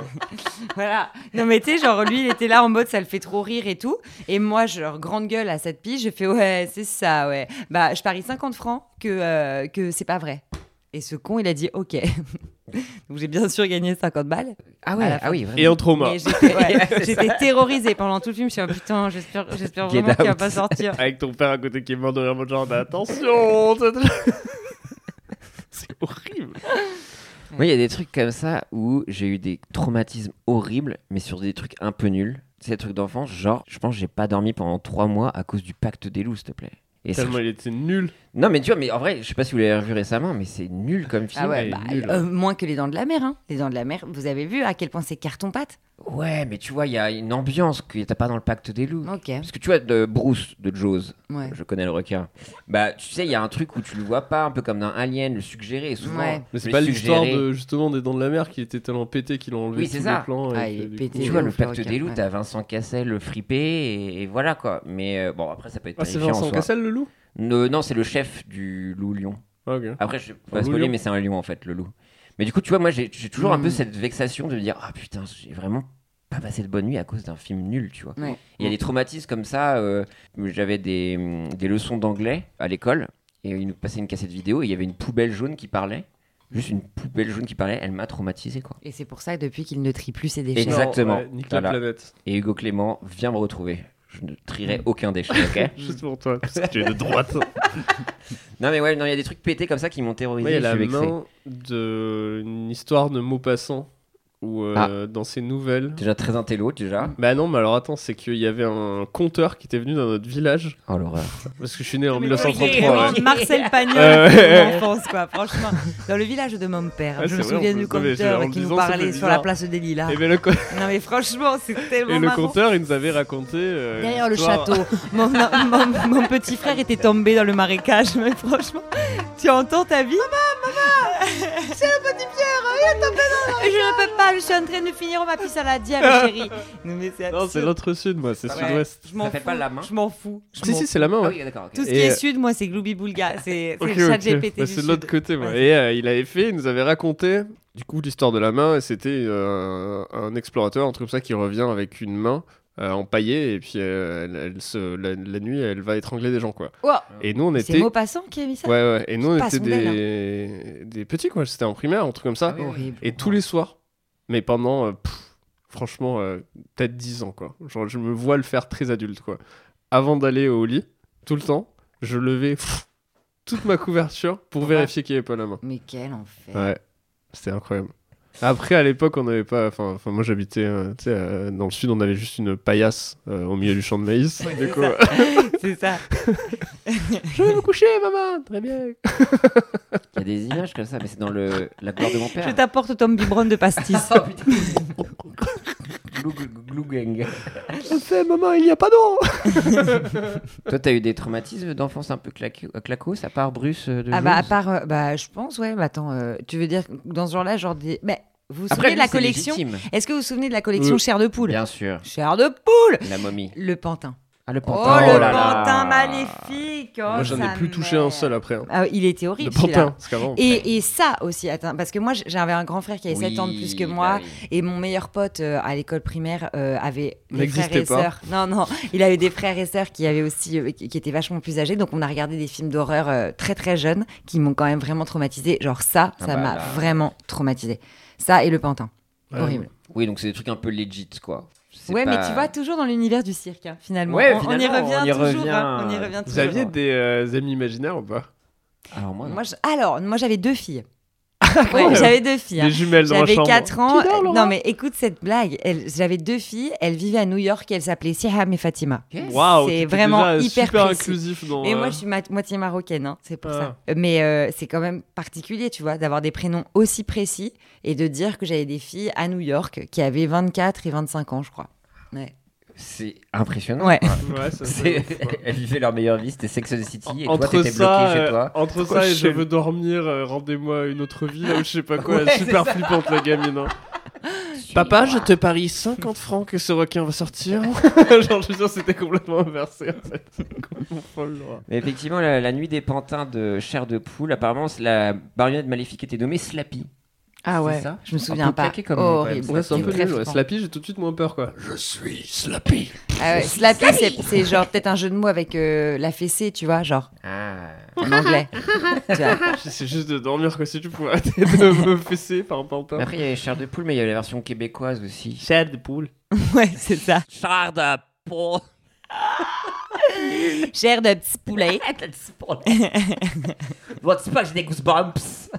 voilà. Non mais tu sais, genre lui il était là en mode ça le fait trop rire et tout, et moi genre grande gueule à cette pige, je fais ouais c'est ça ouais. Bah je parie 50 francs que euh, que c'est pas vrai. Et ce con il a dit ok. donc j'ai bien sûr gagné 50 balles. Ah à ouais, la ah fin. oui, Et vraiment. en trauma. Mais j'étais ouais, j'étais terrorisée pendant tout le film. Je suis ah, putain, j'espère, j'espère Get vraiment qu'il va out. pas sortir. Avec ton père à côté qui est mort de rire, mode genre, attention C'est horrible Moi, il y a des trucs comme ça où j'ai eu des traumatismes horribles, mais sur des trucs un peu nuls. C'est des trucs d'enfance, genre, je pense que j'ai pas dormi pendant trois mois à cause du pacte des loups, s'il te plaît. Et ça, Tellement il était nul. je- Non, mais tu vois, mais en vrai, je sais pas si vous l'avez revu récemment, mais c'est nul comme film. Ah ouais, est bah, nulle. euh, moins que les dents de la mer. Hein. Les dents de la mer, vous avez vu à quel point c'est carton-pâte Ouais, mais tu vois, il y a une ambiance que t'as pas dans le pacte des loups. Ok, Parce que tu vois, de Bruce, de Jaws, ouais. je connais le requin. Bah, tu sais, il y a un truc où tu le vois pas, un peu comme dans Alien, le suggéré, et souvent. Ouais. Mais c'est le pas l'histoire suggéré- de, justement des dents de la mer qui était tellement pété qu'il a enlevé Oui, tous c'est les ça. plans. et Ah, que, il est du coup, pété. euh, Tu Et vois, le le pacte requin, des loups, ouais. t'as Vincent Cassel le fripper et, et voilà quoi. Mais euh, bon, après ça peut être Ah, c'est terrifiant en Vincent soi. Cassel, le loup Ah, Ne- non, c'est le chef du loup-lion. Ok. Après, je vais Un pas spoiler, loup-lion. mais c'est un lion en fait, le loup. Mais du coup, tu vois, moi j'ai j'ai toujours un Hmm. peu Mm. cette vexation de me dire Ah putain, j'ai vraiment pas passé de bonne nuit à cause d'un film nul, tu vois. Ouais. Et Il y a des traumatismes comme ça. euh, J'avais des, hum, des leçons d'anglais à l'école et ils nous passaient une cassette vidéo et il y avait une poubelle jaune qui parlait. Juste une poubelle jaune qui parlait, elle m'a traumatisé quoi. Et c'est pour ça que depuis qu'il ne trie plus ses déchets. Exact. Exactement. Non, ouais, nique Voilà. la planète. Et Hugo Clément, viens me retrouver. Je ne Mm. trierai aucun déchet, ok Juste pour toi, parce que tu es de droite. Non mais ouais, non, il y a des trucs pétés comme ça qui m'ont terrorisé. Moi, il y a je la suis vexé. main d'une histoire de Maupassant, où euh, Ah. dans ses nouvelles... Déjà très intello, déjà. Bah non, mais alors attends, c'est qu'il y avait un conteur qui était venu dans notre village, Oh l'horreur. parce que je suis né en Vraiment, 1933. ouais. Marcel Pagnol, Euh, c'est mon enfance, quoi, franchement. Dans le village de mon père, Ah, je c'est me vrai, souviens on du peut- non, mais en compteur le qui nous disant, c'était parlait sur bizarre. la place des Lilas. Et ben, le co- Non mais franchement, c'est tellement Et le marrant. conteur, il nous avait raconté. euh, Derrière le l'histoire. château, mon, mon- mon petit frère était tombé dans le marécage. Mais franchement, tu entends ta vie Maman, maman C'est le petit Pierre, il est tombé dans le marécage Je ne peux pas, je suis en train de finir ma pisse à la diable, chérie. Non, mais c'est Non, c'est absurde. l'autre sud, moi, c'est Ouais. sud-ouest. Je m'en Ça fait fous, pas la main Je m'en fous. Ah je Si, m'en si, fous. c'est la main, Ah ouais. oui, d'accord, ok. Tout ce Et, qui est euh, sud, moi, c'est Glooby Boulga. C'est c'est Ok, le chat ok. GPT Bah, du c'est de sud. l'autre côté, moi. Ouais. Et euh, il avait fait, il nous avait raconté, du coup, l'histoire de la main. Et c'était euh, un explorateur, un truc comme ça, qui revient avec une main euh, empaillée. Et puis, euh, elle, elle se, la, la nuit, elle va étrangler des gens, quoi. Oh, Et nous, on C'est était. Ouais, Maupassant qui a mis ça ouais. Et nous, on Pas était son bel, des... des petits, quoi. C'était en primaire, un truc comme ça. Ah oui, oui. Horrible. Et tous les soirs, mais pendant, euh, pff, franchement, euh, peut-être 10 ans, quoi. Genre, je me vois le faire très adulte, quoi. Avant d'aller au lit, tout le temps, je levais pff, toute ma couverture pour vérifier qu'il n'y avait pas la main. Mais quel enfer. Ouais, c'était incroyable. Après, à l'époque, on n'avait pas. Enfin, enfin, moi, j'habitais, euh, tu sais, euh, dans le sud, on avait juste une paillasse euh, au milieu du champ de maïs. du coup, euh, C'est ça. je vais me coucher, maman. Très bien. Il y a des images comme ça, mais c'est dans le... la gloire de mon Je père. t'apporte ton biberon de pastis. Oh putain Glou- glou- glou- gang. Je sais, maman, il n'y a pas d'eau. Toi, t'as eu des traumatismes d'enfance un peu claqué- euh, claquos, à part Bruce euh, de Ah bah à Jaws part, euh, bah je pense ouais. Mais attends, euh, tu veux dire que dans ce genre-là, genre des. Mais vous vous souvenez Après, lui, de la c'est collection légitime. Euh, Est-ce que vous vous souvenez de la collection Oui. chair de poule Bien sûr. Chair de poule, La momie. le pantin. Ah, le Oh, pantin. le là là. pantin maléfique oh, Moi, j'en sa ai plus touché mère. un seul après. hein. Ah, il était Le horrible. celui-là. pantin, parce qu'avant. Et, et ça aussi, attends, parce que moi j'avais un grand frère qui avait Oui, 7 ans de plus que bah moi, oui. et mon meilleur pote euh, à l'école primaire euh, avait des frères N'existait et pas. sœurs. Non, non, il avait des frères et sœurs qui avaient aussi, euh, qui qui étaient vachement plus âgés. Donc on a regardé des films d'horreur euh, très très jeunes qui m'ont quand même vraiment traumatisé. Genre ça, Ah ça bah m'a là. vraiment traumatisé. Ça et le pantin. Ouais. Horrible. Oui, donc c'est des trucs un peu legit, quoi. C'est Ouais, pas- mais tu vois, toujours dans l'univers du cirque, hein, finalement. Ouais, on, on y finalement, revient on y toujours. revient. hein, on y revient Vous toujours. aviez des euh, amis imaginaires ou pas Alors, moi, non. Moi, je- Alors, moi j'avais deux filles. Ah, Ouais, même. j'avais deux filles. hein. Des jumelles dans la J'avais chambre. 4 ans. Tu dors, Laura non, mais écoute cette blague. Elle- J'avais deux filles. Elles vivaient à New York. Elles s'appelaient Siham et Fatima. Waouh, C'est t'étais vraiment déjà hyper super précis. inclusif dans. Et moi, euh, je suis ma- moitié marocaine, hein, c'est pour Ah. ça. Mais euh, c'est quand même particulier, tu vois, d'avoir des prénoms aussi précis et de dire que j'avais des filles à New York qui avaient 24 et 25 ans, je crois. Ouais. C'est impressionnant. Ouais. euh, Ouais, ça, c'est C'est- ouf, quoi. Elles vivaient leur meilleure vie, c'était Sex and the City, et toi, entre t'étais ça, bloqué chez euh, toi. entre Quoi, ça et je chelou. veux dormir, euh, rendez-moi une autre vie, là, ou je sais pas quoi, Ouais, elle est super c'est ça. flippante la gamine. hein. Papa, je te parie 50 francs que ce requin va sortir. Genre, je suis sûr, c'était complètement inversé en fait. C'est complètement folle, Laura. Mais effectivement, la, la nuit des pantins de chair de poule, apparemment, la marionnette maléfique était nommée Slappy. Ah ouais, ça je me Un souviens peu pas. claqué comme- Horrible. quand Ouais, c'est un peu Très nul. Ouais. flippant. Slappy, j'ai tout de suite moins peur quoi. Je suis Slappy. Ah ouais, Slappy, c'est- c'est genre peut-être un jeu de mots avec euh, la fessée, tu vois, genre Ah. en anglais. Tu vois. C'est juste de dormir quoi, si tu pouvais arrêter de me fesser par un Mais pantin. Après, il y avait chair de poule, mais il y avait la version québécoise aussi. Chad de poule. Ouais, c'est ça. Chair de poule. Chair de petit poulet. Vois-tu pas que j'ai des goosebumps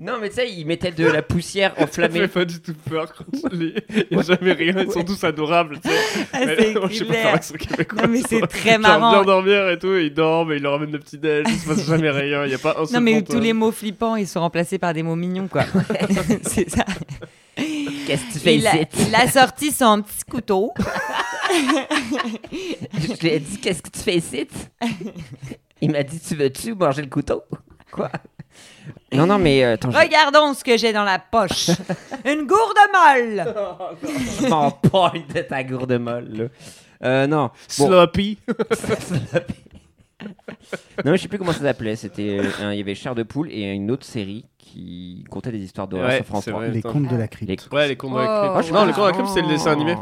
Non, mais tu sais, ils mettaient de la poussière Ça me fait enflammée. pas du tout peur quand je les. Y'a jamais rien, ils sont tous adorables. tu sais. Ah, Mais c'est non, je sais pas clair. faire l'accent québécois, Non, mais ça. c'est très Genre, marrant. bien dormir et tout, et ils dorment, et ils leur ramènent le petit déj, il se passe jamais rien, il n'y a pas un seul Non, mais où pantin. tous les mots flippants, ils sont remplacés par des mots mignons, quoi. c'est ça. Qu'est-ce que tu fais Il a, ici il a sorti son petit couteau. Je lui ai dit, qu'est-ce que tu fais ici Il m'a dit, tu veux-tu manger le couteau Quoi Non, non, mais euh, attends, je- Regardons ce que j'ai dans la poche. Une gourde molle. je m'en pogne de ta gourde molle. là. Euh, non. Bon. Sloppy. non, mais je sais plus comment ça s'appelait. C'était, euh, un- il y avait Chair de poule et une autre série qui contait des histoires d'horreur Ouais, sur France c'est 3. vrai. Les Attends. contes de la Les- crypte. Ouais, les cons de la Oh, crème. Ah, je- non, les cons de la crème, c'est le dessin animé.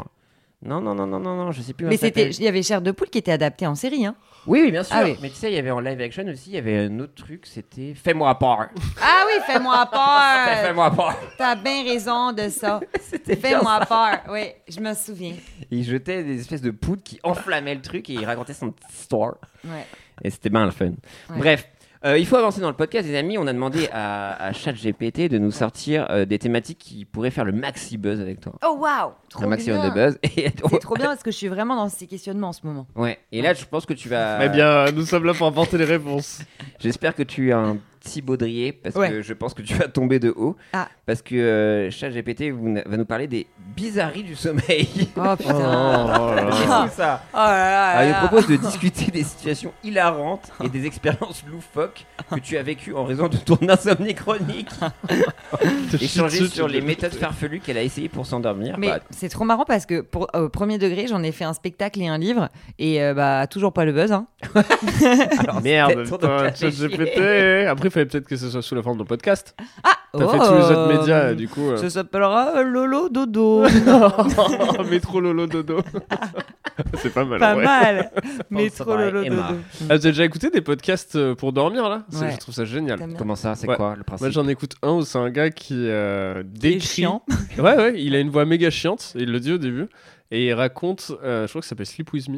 Non, non, non, non, non, non, je sais plus. Mais comment ça c'était, s'appelle. il y avait Cher de poule qui était adapté en série, hein. Oui, oui, bien sûr. Ah oui. Mais tu sais, il y avait en live action aussi, il y avait un autre truc, c'était Fais-moi peur. Ah oui, fais-moi Euh, peur. Fais-moi peur. T'as bien raison de ça. C'était bien Fais-moi peur. Oui, je me souviens. Il jetait des espèces de poudre qui enflammaient le truc et il racontait son petite histoire. Ouais. Et c'était bien le fun. Bref, euh, il faut avancer dans le podcast, les amis. On a demandé à, à ChatGPT de nous sortir euh, des thématiques qui pourraient faire le maxi buzz avec toi. Oh wow, trop un maximum bien. de buzz. Et, C'est trop bien parce que je suis vraiment dans ces questionnements en ce moment. Ouais. Et là, je pense que tu vas. Eh bien, nous sommes là pour inventer les réponses. J'espère que tu as un petit baudrier parce Ouais. que je pense que tu vas tomber de haut. Ah. Parce que euh, ChatGPT vous- va nous parler des bizarreries du sommeil. Oh Oh, putain. C'est Ah. ça. Oh là là. Alors, Ah, il là. nous propose de discuter des situations hilarantes et des expériences loufoques que tu as vécues en raison de ton insomnie chronique. Échanger sur les méthodes farfelues qu'elle a essayées pour Ah, s'endormir. Mais Bah, c'est trop marrant parce que pour, au premier degré, j'en ai fait un spectacle et un livre et euh, bah toujours pas le buzz. Hein. alors, Merde, c'était ton cas putain, de chier. ChatGPT. Après, il fallait peut-être que ce soit sous la forme d'un podcast. Ah, T'as oh, fait tous les autres euh, médias, et du coup. euh, Ça s'appellera euh, Lolo Dodo. Oh, Métro Lolo Dodo. c'est pas mal. pas ouais. mal. Pense Mais à trop Lolo pareil, Emma. Dodo. Ah, vous avez déjà écouté des podcasts euh, pour dormir là Ça, Ouais. Je trouve ça génial. T'aimes bien Comment ça Ah, C'est Ouais. quoi le principe Moi j'en écoute un où c'est un gars qui euh, Il est décrit. chiant. Ouais ouais, il a une voix méga chiante, il le dit au début, et il raconte, euh, je crois que ça s'appelle Sleep With Me,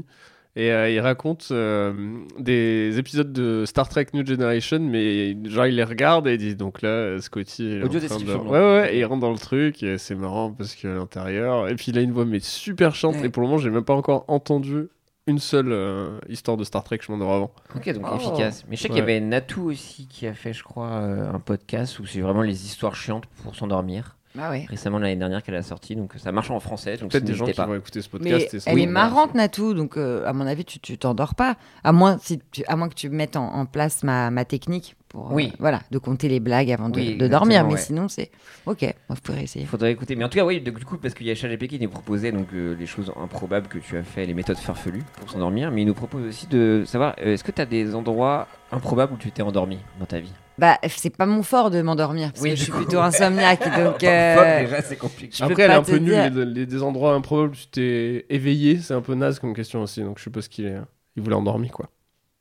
et euh, il raconte euh, des épisodes de Star Trek New Generation, mais genre il les regarde et il dit donc là euh, Scotty. il est en train Audio de- description, donc. Ouais ouais, et il rentre dans le truc et c'est marrant parce que à l'intérieur, et puis il a une voix mais super chiante Ouais. et pour le moment j'ai même pas encore entendu une seule euh, histoire de Star Trek, je m'en aurais avant. Ok, donc Oh. efficace. Mais je sais qu'il y avait Natou aussi qui a fait, je crois, euh, un podcast où c'est vraiment les histoires chiantes pour s'endormir. Bah ouais. récemment l'année dernière qu'elle a sorti, donc ça marche en français, donc Peut-être des gens n'hésitez qui pas. vont écouter ce podcast. Mais et se elle est dire, merde, marrante, Natou, donc euh, à mon avis, tu tu t'endors pas. À moins, si tu- à moins que tu mettes en, en place ma, ma technique pour euh, Oui. voilà, de compter les blagues avant de, Oui, de dormir. exactement, Mais ouais. sinon, c'est OK, moi, vous pourrez essayer. Il faudrait écouter. Mais en tout cas, oui, donc, du coup, parce qu'il y a ChatGPT qui nous proposait donc, euh, les choses improbables que tu as fait, les méthodes farfelues pour s'endormir, mais il nous propose aussi de savoir euh, est-ce que tu as des endroits improbables où tu t'es endormi dans ta vie Bah, c'est pas mon fort de m'endormir, parce Oui, que je du suis coup. plutôt insomniaque, donc... euh, Parfois, déjà, c'est compliqué. je peux Après, elle est pas un te peu nulle. dire. Les, les- des endroits improbables où tu t'es éveillé, c'est un peu naze comme question aussi. Donc, je suppose qu'il est, il voulait endormi, quoi.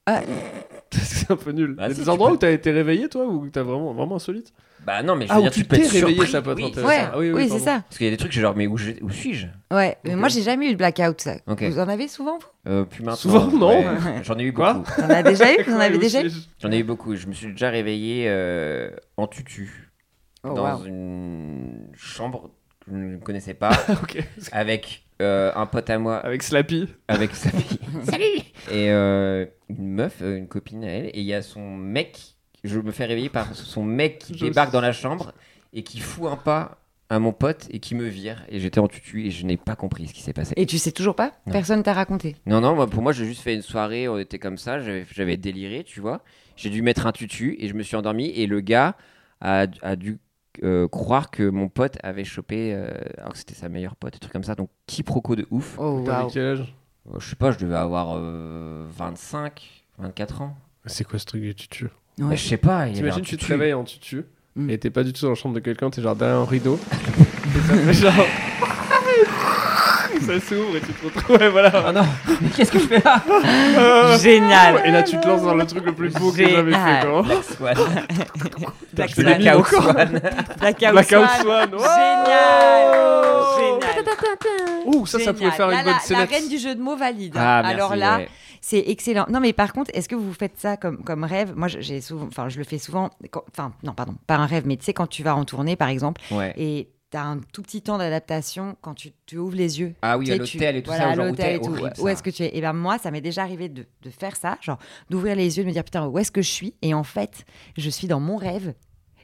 Ah. c'est un peu nul. Bah Il y a si, des tu endroits peux. où t'as été réveillé, toi, ou t'as vraiment, vraiment insolite Bah non, mais je veux Ah, où dire, tu tu peux t'es être réveillé, surpris, ça peut être oui. intéressant. Ouais, Ah oui, oui, oui, c'est pardon. ça. Parce qu'il y a des trucs, j'ai genre, mais où, je- où suis-je Ouais, mais Ok. moi j'ai jamais eu de blackout. ça. Ok. Vous en avez souvent vous Euh, Puis maintenant. Souvent, non. ouais, J'en ai eu Quoi beaucoup. T'en as déjà eu Vous en Quoi, avez où déjà eu suis-je J'en ai eu beaucoup. Je me suis déjà réveillé euh, en tutu Oh, dans waouh. une chambre que je ne connaissais pas Ok. Ah avec euh, un pote à moi Avec Slappy. avec sa fille Salut et euh, une meuf, euh, une copine à elle, et il y a son mec. Je me fais réveiller par son mec qui Je débarque sais. dans la chambre et qui fout un pas à mon pote et qui me vire. Et j'étais en tutu et je n'ai pas compris ce qui s'est passé. Et tu sais toujours pas Non. Personne t'a raconté. Non, non, moi, pour moi, j'ai juste fait une soirée, on était comme ça, j'avais j'avais déliré, tu vois. J'ai dû mettre un tutu et je me suis endormi et le gars a, a dû euh, croire que mon pote avait chopé, euh, alors que c'était sa meilleure pote, un truc comme ça. Donc, quiproquo de ouf. Oh T'avais waouh. quel âge Euh, je sais pas, je devais avoir euh, 25, 24 ans. C'est quoi ce truc du tutu Mais je sais pas, il y avait un T'imagines, tu te tutu. réveilles en tutu Mm. et t'es pas du tout dans la chambre de quelqu'un, t'es genre derrière un rideau. et ça fait genre. ça s'ouvre et tu te retrouves. Ouais, voilà. Ah non, mais qu'est-ce que je fais là Euh, Génial. Et là, tu te lances dans le truc le plus beau que j'ai jamais fait. Génial. Comment Black Black Swan. Je l'ai Swan. mis Blackout encore. Blackout Blackout Swan. Swan. ouais. Génial. Génial. Ouh, ça, ça Génial. pouvait faire Là, une bonne la, la scénette. reine du jeu de mots valide. Ah, merci, Alors là, ouais. c'est excellent. Non, mais par contre, est-ce que vous faites ça comme, comme rêve Moi, j'ai souvent, enfin, je le fais souvent. quand- Enfin, non, pardon, pas un rêve, mais tu sais, quand tu vas en tournée, par exemple, Ouais. et t'as un tout petit temps d'adaptation quand tu, tu ouvres les yeux. Ah oui, Tu à sais, tu- l'hôtel et tout voilà, ça, à genre, où l'hôtel t'es et tout. horrible, Où ça. est-ce que tu es Et ben moi, ça m'est déjà arrivé de, de faire ça, genre d'ouvrir les yeux, de me dire putain, où est-ce que je suis Et en fait, je suis dans mon rêve.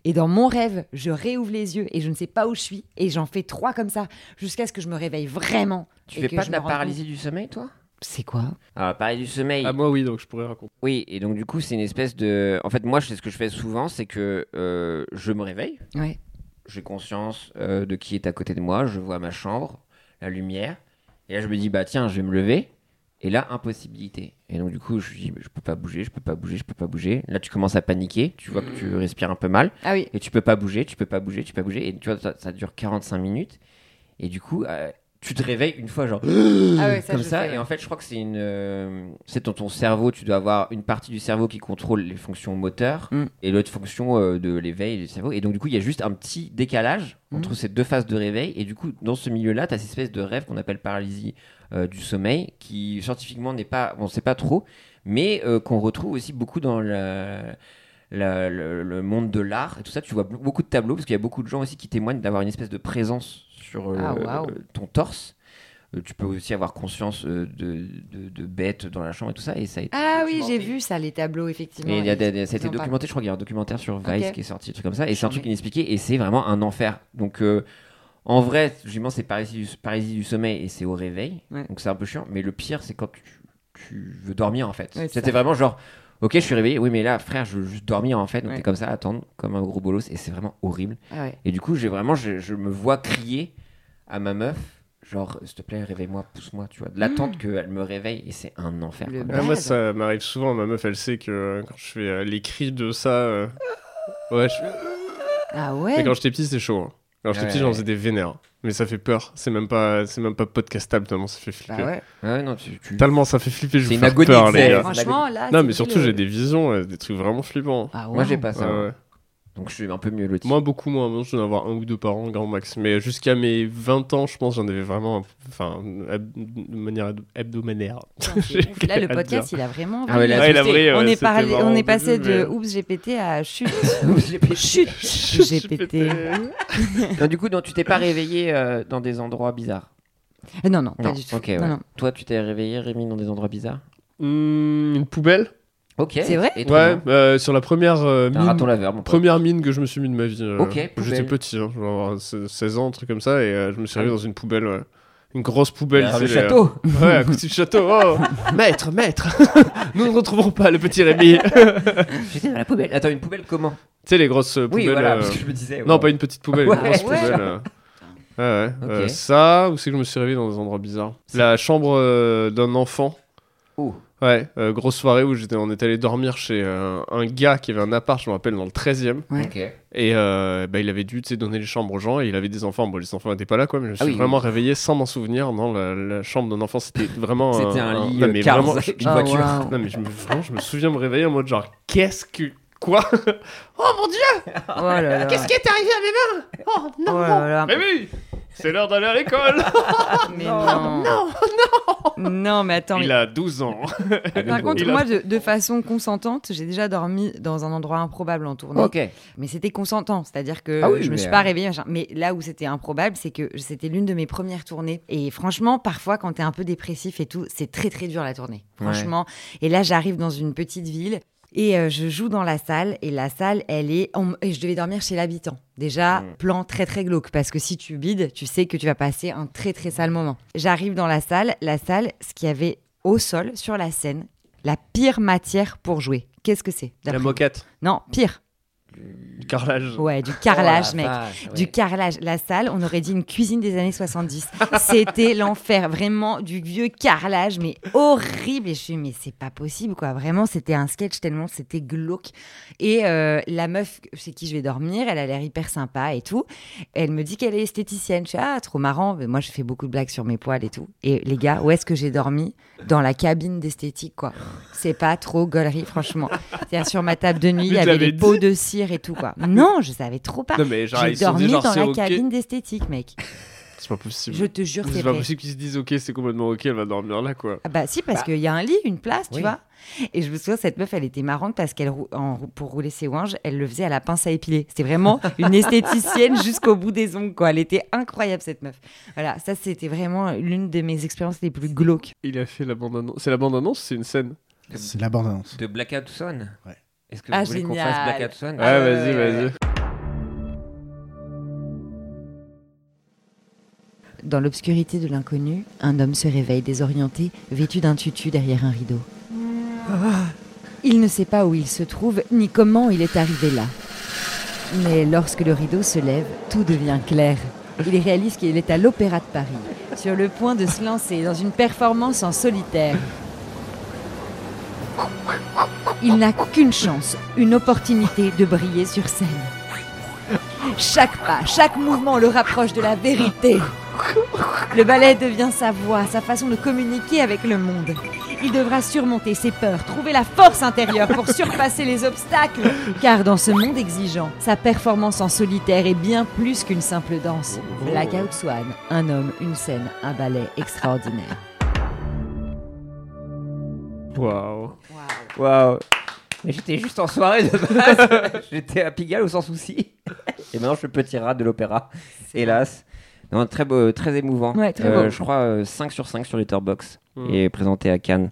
Et dans mon rêve, je réouvre les yeux et je ne sais pas où je suis. Et j'en fais trois comme ça jusqu'à ce que je me réveille vraiment. Tu et fais que pas je de me la rende compte- paralysie du sommeil, toi C'est quoi Ah, paralysie du sommeil. Ah, moi, oui, donc je pourrais raconter. Oui, et donc du coup, c'est une espèce de. En fait, moi, je sais ce que je fais souvent, c'est que euh, je me réveille, Ouais. j'ai conscience euh, de qui est à côté de moi, je vois ma chambre, la lumière, et là, je me dis, bah tiens, je vais me lever, et là, impossibilité. Et donc, du coup, je dis, je peux pas bouger, je peux pas bouger, je peux pas bouger. Là, tu commences à paniquer, tu vois que tu respires un peu mal, Ah oui. et tu peux pas bouger, tu peux pas bouger, tu peux pas bouger, et tu vois, ça, ça dure 45 minutes, et du coup, euh, tu te réveilles une fois, genre. Ah ouais, comme je ça. sais, ouais. Et en fait, je crois que c'est une. euh, c'est dans ton cerveau, tu dois avoir une partie du cerveau qui contrôle les fonctions moteurs Mm. et l'autre fonction euh, de l'éveil du cerveau. Et donc, du coup, il y a juste un petit décalage Mm. entre ces deux phases de réveil. Et du coup, dans ce milieu-là, tu as cette espèce de rêve qu'on appelle paralysie euh, du sommeil qui, scientifiquement, n'est pas. On sait pas trop, mais euh, qu'on retrouve aussi beaucoup dans la- la- le, le monde de l'art et tout ça, tu vois beaucoup de tableaux parce qu'il y a beaucoup de gens aussi qui témoignent d'avoir une espèce de présence sur euh, Ah, waouh. ton torse. Euh, tu peux aussi avoir conscience euh, de, de- de bêtes dans la chambre et tout ça. Et ça a été Ah oui, j'ai documenté. vu ça, les tableaux, effectivement. Et il y a des- Ils des- ça a été en parlent. documenté, je crois qu'il y a un documentaire sur Vice Ok. qui est sorti, un truc comme ça, et c'est un truc Charmé. inexpliqué, et c'est vraiment un enfer. Donc, euh, en vrai, justement, c'est paralysie du, paralysie du sommeil et c'est au réveil, Ouais. donc c'est un peu chiant, mais le pire, c'est quand tu, tu veux dormir en fait. Ouais, c'est ça. C'était vraiment genre, ok, je suis réveillé, oui, mais là, frère, je veux juste dormir en fait, donc Ouais. t'es comme ça, à attendre, comme un gros bolos, et c'est vraiment horrible. Ah ouais. Et du coup, j'ai vraiment, je, je me vois crier à ma meuf, genre, s'il te plaît, réveille-moi, pousse-moi, tu vois, de Mm. l'attente qu'elle me réveille, et c'est un enfer. Le quoi. Malade. Ah, moi, ça m'arrive souvent. Ma meuf, elle sait que euh, quand je fais euh, les cris de ça. euh, Ouais, je Ah Mais ouais. quand j'étais petit, c'est chaud. hein. Quand j'étais Ouais, petit, j'en ouais. faisais des vénères. Mais ça fait peur. C'est même pas, c'est même pas podcastable tellement ça fait Bah flipper. ouais. Ah Ouais, non, tu- tu- Tellement ça fait flipper, je C'est vais une faire agonie peur, de les zèle. gars. Franchement, là. Non, c'est mais surtout, le- j'ai des visions, euh, des trucs vraiment flippants. Ah ouais. Moi, j'ai pas ça. Ouais, moi. ouais. Donc je suis un peu mieux loti. Moi, beaucoup moins. Moi, je dois en avoir un ou deux par an, grand max. Mais jusqu'à mes 20 ans, je pense, j'en avais vraiment. Enfin, hab- de manière hab- hebdomadaire. Putain, c'est ouf. Là, le podcast, il a vraiment. Ah ouais, là, vrillé. Ouais, il a c'était- vrillé, on, ouais, est parlé- c'était marrant on au est passé début, mais- de Oups, GPT à Chut. Je l'ai pris. Chut. J'ai GPT. Non, du coup, non, tu t'es pas réveillé euh, dans des endroits bizarres. Euh, Non, non, pas Non, du tout. ok, ouais. Non, non. Toi, tu t'es réveillé, Rémi, dans des endroits bizarres Hmm, une poubelle Ok. C'est vrai Et Ouais, toi, euh, sur la première euh, t'as Un raton mine, laveur, mon pote. première mine que je me suis mis de ma vie. euh, Ok, J'étais poubelle. petit, hein, genre 16 16 ans, un truc comme ça, et euh, je me suis réveillé dans une poubelle, ouais. une grosse poubelle. Vers Ah, le tu sais, les- château. Ouais, à côté du château. Oh. maître, maître, nous ne retrouvons pas le petit Rémi. J'étais dans la poubelle. Attends, une poubelle comment Tu sais, les grosses euh, Oui, poubelles. voilà, euh, parce que je me disais. Non, wow. pas une petite poubelle, Ouais. une grosse Ouais. poubelle. euh. Ouais, ouais. Ok. Euh, ça, ou c'est que je me suis réveillé dans des endroits bizarres La chambre euh, d'un enfant. Oh. Ouais, euh, grosse soirée où j'étais, on était allé dormir chez euh, un gars qui avait un appart, je me rappelle, dans le 13 e Ouais. Ok. Et euh, bah, il avait dû tu sais, donner les chambres aux gens et il avait des enfants. Bon, les enfants n'étaient pas là, quoi, mais je me suis Ah oui, vraiment réveillé sans m'en souvenir dans la, la chambre d'un enfant. C'était vraiment. C'était un lit, non, euh, mais Cars, vraiment, une Oh, voiture. waouh. non, mais je me, vraiment, je me souviens me réveiller en mode genre, qu'est-ce que. Quoi Oh mon dieu, Oh là là. qu'est-ce qui est arrivé à mes mains Oh Oh non, non, là là. Mais oui C'est l'heure d'aller à l'école Mais non. non, non. mais attends. mais- Il a 12 ans. Par contre, Il a- moi, de, de façon consentante, j'ai déjà dormi dans un endroit improbable en tournée. Ok. Mais c'était consentant, c'est-à-dire que Ah oui, je me mais, suis euh, pas réveillée. machin. Mais là où c'était improbable, c'est que c'était l'une de mes premières tournées. Et franchement, parfois, quand t'es un peu dépressif et tout, c'est très très dur la tournée. Ouais. Franchement. Et là, j'arrive dans une petite ville et euh, je joue dans la salle. Et la salle, elle est. on m- et je devais dormir chez l'habitant. Déjà, plan très très glauque parce que si tu bides, tu sais que tu vas passer un très très sale moment. J'arrive dans la salle. La salle, ce qu'il y avait au sol sur la scène, la pire matière pour jouer. Qu'est-ce que c'est d'après vous moquette. Non, pire. Du carrelage. Ouais, du carrelage, Oh, la mec. vache, ouais. Du carrelage. La salle, on aurait dit une cuisine des années 70. C'était l'enfer. Vraiment, du vieux carrelage, mais horrible. Et je suis, mais c'est pas possible, quoi. Vraiment, c'était un sketch tellement c'était glauque. Et euh, la meuf chez qui je vais dormir, elle a l'air hyper sympa et tout. Elle me dit qu'elle est esthéticienne. Je suis, ah, trop marrant. Mais moi, je fais beaucoup de blagues sur mes poils et tout. Et les gars, où est-ce que j'ai dormi Dans la cabine d'esthétique, quoi. C'est pas trop gaulerie, franchement. C'est-à-dire, sur ma table de nuit, il y Mais tu avait des l'avais pots de cire et tout, quoi. Non, je savais trop pas. Non, mais genre, J'ai ils se sont dormi dit genre, dans c'est la ok. cabine d'esthétique, mec. C'est pas possible. Je te jure, c'est C'est vrai. pas possible qu'ils se disent, ok, c'est complètement ok, elle va dormir là, quoi. Ah bah si, parce Bah. qu'il y a un lit, une place, tu Oui. vois. Et je me souviens, cette meuf, elle était marrante parce qu'elle, rou- en rou- pour rouler ses ouinges, elle le faisait à la pince à épiler. C'était vraiment une esthéticienne jusqu'au bout des ongles, quoi. Elle était incroyable, cette meuf. Voilà, ça, c'était vraiment l'une de mes expériences les plus glauques. Il a fait la bande-annonce. C'est la bande-annonce ou c'est une scène C'est la bande-annonce. De Blackout Son Ouais. Est-ce que Ah, vous voulez qu'on génial. fasse Blackout Son Euh, Ouais, vas-y, ouais, vas-y. Dans l'obscurité de l'inconnu, un homme se réveille désorienté, vêtu d'un tutu derrière un rideau. Il ne sait pas où il se trouve ni comment il est arrivé là. Mais lorsque le rideau se lève, tout devient clair. Il réalise qu'il est à l'Opéra de Paris, sur le point de se lancer dans une performance en solitaire. Il n'a qu'une chance, une opportunité de briller sur scène. Chaque pas, chaque mouvement le rapproche de la vérité. Le ballet devient sa voix, sa façon de communiquer avec le monde. Il devra surmonter ses peurs, trouver la force intérieure pour surpasser les obstacles. Car dans ce monde exigeant, sa performance en solitaire est bien plus qu'une simple danse. Blackout Swan, un homme, une scène, un ballet extraordinaire. Waouh. Waouh. Mais j'étais juste en soirée de base. j'étais à Pigalle au sans souci. Et maintenant, je suis le petit rat de l'opéra. Hélas. Non, très beau, très émouvant. Ouais, très beau. Je crois euh, 5 sur 5 sur Letterboxd Mm. et présenté à Cannes.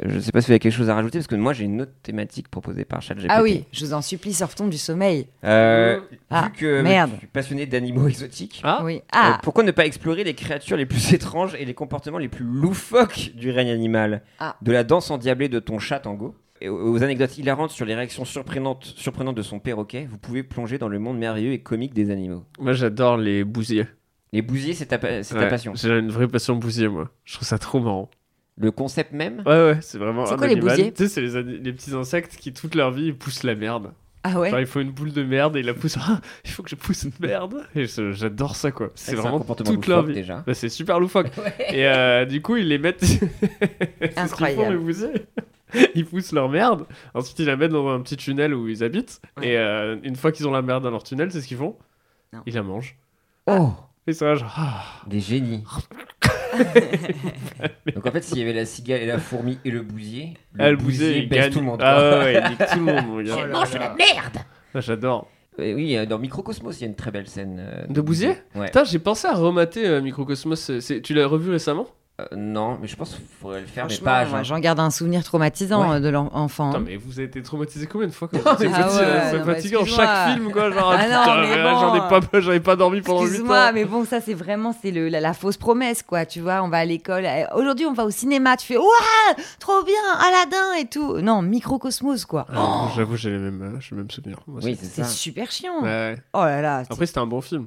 Euh, Je ne sais pas si vous avez quelque chose à rajouter parce que moi j'ai une autre thématique proposée par ChatGPT. Ah oui, je vous en supplie, sortons du sommeil. Euh, Ah, vu que merde. je suis passionné d'animaux exotiques, Ah. oui. euh, Ah, pourquoi ne pas explorer les créatures les plus étranges et les comportements les plus loufoques du règne animal Ah. De la danse endiablée de ton chat tango et aux aux anecdotes hilarantes sur les réactions surprenantes, surprenantes de son perroquet, vous pouvez plonger dans le monde merveilleux et comique des animaux. Moi, j'adore les bousiers. Les bousiers, c'est ta, pa- c'est ta Ouais, passion. J'ai une vraie passion bousier, moi. Je trouve ça trop marrant. Le concept même Ouais, ouais, c'est vraiment. C'est un quoi les animal. bousiers Tu sais, c'est les, ani- les petits insectes qui, toute leur vie, ils poussent la merde. ah ouais. Genre, il faut une boule de merde et ils la poussent. Ah, il faut que je pousse une merde. Et je- j'adore ça, quoi. C'est un vraiment comportement toute leur loufoque, vie. déjà. Bah, c'est super loufoque. Et euh, du coup, ils les mettent. C'est ce qu'ils font, Incroyable. les bousiers. Ils poussent leur merde. Ensuite, ils la mettent dans un petit tunnel où ils habitent. Ouais. Et euh, une fois qu'ils ont la merde dans leur tunnel, c'est ce qu'ils font. Non. Ils la mangent. Oh Et ça, genre. ah. Des génies. Donc en fait, s'il y avait la cigale et la fourmi et le bousier, le, Ah, le bousier, bousier, il baisse gagne. tout le monde. quoi. Oh Ah ouais, ouais, il nique tout le monde, mon gars. non, c'est la merde Ah, J'adore. Et oui, euh, dans Microcosmos, il y a une très belle scène. euh, De bousier Ouais. Putain, j'ai pensé à remater euh, Microcosmos. c'est- c'est- Tu l'as revu récemment Euh, non, mais je pense qu'il faudrait le faire, mais Franchement, pas à moi, jeun. j'en garde un souvenir traumatisant Ah, Ouais. euh, de l'enfant. Putain, mais vous avez été traumatisé combien de fois quand vous étiez Ah petit, ouais, euh, C'est non, mais fatigant. excuse-moi. Chaque film, quoi. Genre, Ah non, putain, mais mais là, bon. j'en ai pas, j'en ai pas dormi pendant 8 Excuse-moi, ans. mais bon, ça c'est vraiment c'est le- la, la fausse promesse, quoi. Tu vois, on va à l'école. eh, Aujourd'hui, on va au cinéma. Tu fais ouah, trop bien, Aladdin et tout. Non, microcosmos, quoi. Oh, Ah, J'avoue, j'ai les mêmes, euh, j'ai le même souvenir. moi Oui, aussi. c'est C'est ça. super chiant. Ouais, ouais. Oh là là. Après, c'était un bon film.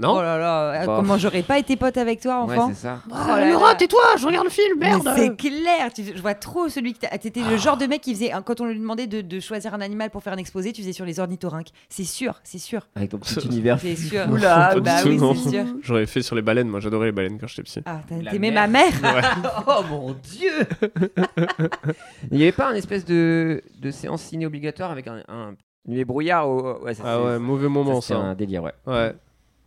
oh Non là là. euh, Bah. Comment j'aurais pas été pote avec toi, Ouais, enfant c'est ça. Oh Oh, là là. Laura, tais-toi, je regarde le film, Mais merde c'est clair, tu- je vois trop celui que t'as- t'étais le genre de mec qui faisait hein, quand on lui demandait de, de choisir un animal pour faire un exposé, tu faisais sur les ornithorynques. C'est sûr, c'est sûr. Avec ton petit univers. C'est sûr. Pas Oula, du bah tout, oui, non. c'est sûr. J'aurais fait sur les baleines. Moi, j'adorais les baleines quand j'étais petit. Ah, t'as- La t'aimais mère. ma mère oh mon dieu Il n'y avait pas un espèce de, de séance ciné obligatoire avec un, un les brouillards au... ouais, ça, Ah c'est- ouais, mauvais moment, c'était ça. un délire, ouais. Ouais.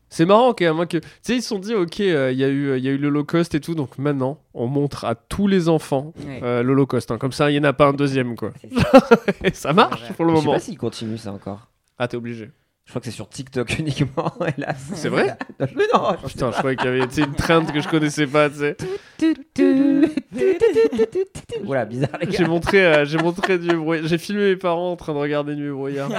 C'est marrant quand même hein, que tu sais ils se sont dit ok euh, il y a eu euh, il y a eu l'Holocauste et tout donc maintenant on montre à tous les enfants Ouais. euh, l'Holocauste hein. comme ça il n'y en a pas un deuxième quoi C'est ça. et ça Ah, bah, marche pour le Je sais moment pas s'il continue ça encore. ah t'es obligé Je crois que c'est sur TikTok uniquement, hélas. c'est vrai Non, je- Mais non je- putain je croyais qu'il y avait tu sais, une trend que je connaissais pas tu sais Voilà, bizarre les j'ai gars. montré euh, j'ai montré du bruit j'ai filmé mes parents en train de regarder du brouillard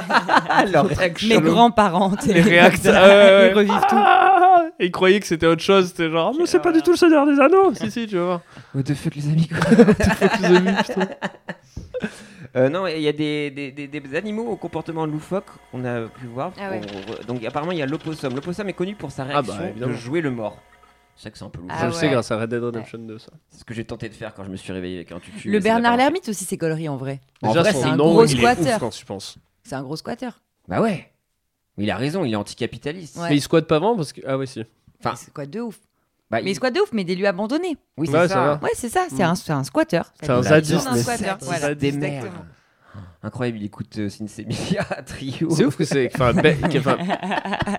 Alors, Mes grands-parents, t'es- les réactions ah, ouais, ouais. ils revivent tout. Ah Et ils croyaient que c'était autre chose c'était genre Ah, mais c'est pas du tout le Seigneur des Anneaux si si tu vas voir What the fuck, les amis, quoi. Faut qu'ils aient vu, putain. Euh, non, il y a des, des, des- des animaux au comportement loufoque qu'on a pu voir. Ah ouais. On- Donc apparemment, il y a l'opossum. L'opossum est connu pour sa réaction bah, évidemment. de jouer le mort. Ah Je sais que c'est un peu loufoque. Ah je le sais ouais. grâce à Red Dead Redemption 2 ça C'est ce que j'ai tenté de faire quand je me suis réveillé avec un tutu. Le mais ça n'a Bernard pas marché. Lermite aussi, ses conneries en vrai. En Déjà, vrai, son c'est un nom, gros il est squatter. ouf quand tu penses. C'est un gros squatter. Bah ouais. Mais Il a raison, il est anticapitaliste. Ouais. Mais il squatte pas avant parce que. Ah, ouais, si. Enfin, Mais c'est quoi de ouf. Bah, Mais il- c'est quoi de ouf, mais des lieux abandonnés. Oui, c'est Ouais, ça. ça va. Ouais, c'est ça, c'est ah, Mm. un, c'est un squatter. C'est un Bah, zadiste, non, mais c'est zadiste, voilà. zadiste, des mères. hein. exactement. Incroyable, il écoute euh, Sinsemilia trio. C'est ouf que c'est. Enfin, Be- que- enfin,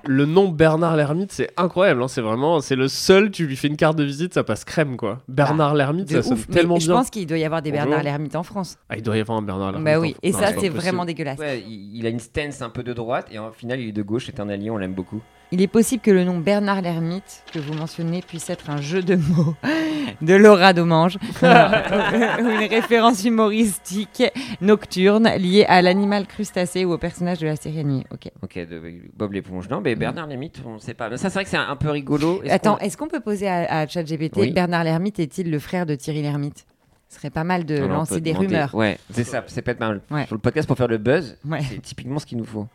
le nom Bernard Lermite, c'est incroyable. hein, C'est vraiment. C'est le seul, tu lui fais une carte de visite, ça passe crème, quoi. Bernard Lermite, Ah, De ça sonne ouf. Mais tellement je bien. pense qu'il doit y avoir des Bonjour. Bernard Lermite en France. Ah, il doit y avoir un Bernard Lermite. Bah oui, enfin. et Non, ça, c'est pas c'est possible. vraiment dégueulasse. Ouais, il, il a une stance un peu de droite et en final, il est de gauche, c'est un allié, on l'aime beaucoup. Il est possible que le nom Bernard Lermite que vous mentionnez puisse être un jeu de mots de Laura Domange ou une référence humoristique nocturne liée à l'animal crustacé ou au personnage de la série animée. Ok. Ok, de Bob l'éponge. Non, mais Bernard Lermite, on sait pas. Mais ça, c'est vrai que c'est un un peu rigolo. Est-ce Attends, qu'on- est-ce qu'on peut poser à, à ChatGPT Oui. Bernard Lermite est-il le frère de Thierry Lermite Ce serait pas mal de on peut lancer des demander- rumeurs. Ouais, c'est ça, c'est peut-être mal. Ouais. Sur le podcast pour faire le buzz, Ouais. c'est typiquement ce qu'il nous faut.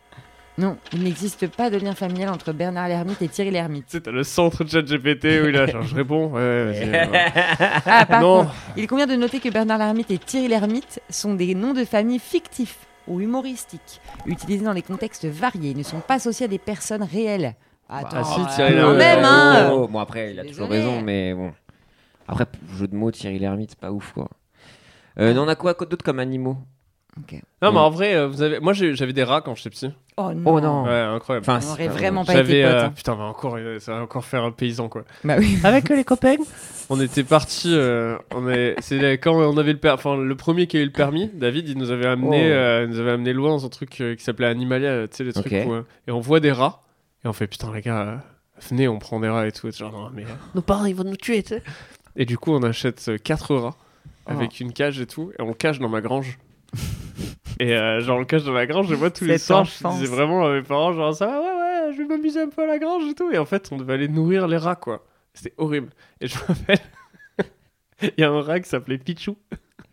Non, il n'existe pas de lien familial entre Bernard Lermite et Thierry Lermite. Tu sais, t'as le centre de ChatGPT où il a genre, je réponds. Ouais, ouais, vas-y, ouais. Ah, par Non. contre, il convient de noter que Bernard Lermite et Thierry Lermite sont des noms de famille fictifs ou humoristiques, utilisés dans des contextes variés. Ils ne sont pas associés à des personnes réelles. Attends, Ah, si, euh, Thierry quand Lermite. même, hein Oh, Bon, après, il a toujours Désolé. raison, mais bon. Après, p- jeu de mots, Thierry Lhermitte, c'est pas ouf, quoi. Euh, non, on a quoi d'autre comme animaux Non, mais en vrai, euh, vous avez... moi j'ai- j'avais des rats quand j'étais petit. Oh non, Oh non Ouais, incroyable. Enfin, on si, aurait pas vraiment pas J'avais. été potes. euh, hein. Putain, mais encore, euh, ça va encore faire un paysan, quoi. Bah oui. Avec les copains On était parti. on est, c'est là- quand on avait le per- enfin le premier qui a eu le permis, David, il nous avait amené, Oh. euh, il nous avait amené loin dans un truc euh, qui s'appelait Animalia, euh, tu sais les trucs Ok. où, euh, et on voit des rats et on fait putain les gars, euh, venez, on prend des rats et tout, Et genre non mais euh, Nos parents, ils vont nous tuer, tu sais. et du coup on achète euh, quatre rats Ah. avec une cage et tout et on le cache dans ma grange. Et euh, genre on le cache dans ma grange et moi tous les Cette soirs je enfance. disais vraiment à mes parents genre ça va ouais ouais je vais m'amuser un peu à la grange et tout et en fait on devait aller nourrir les rats quoi c'était horrible et je me rappelle il y a un rat qui s'appelait Pichou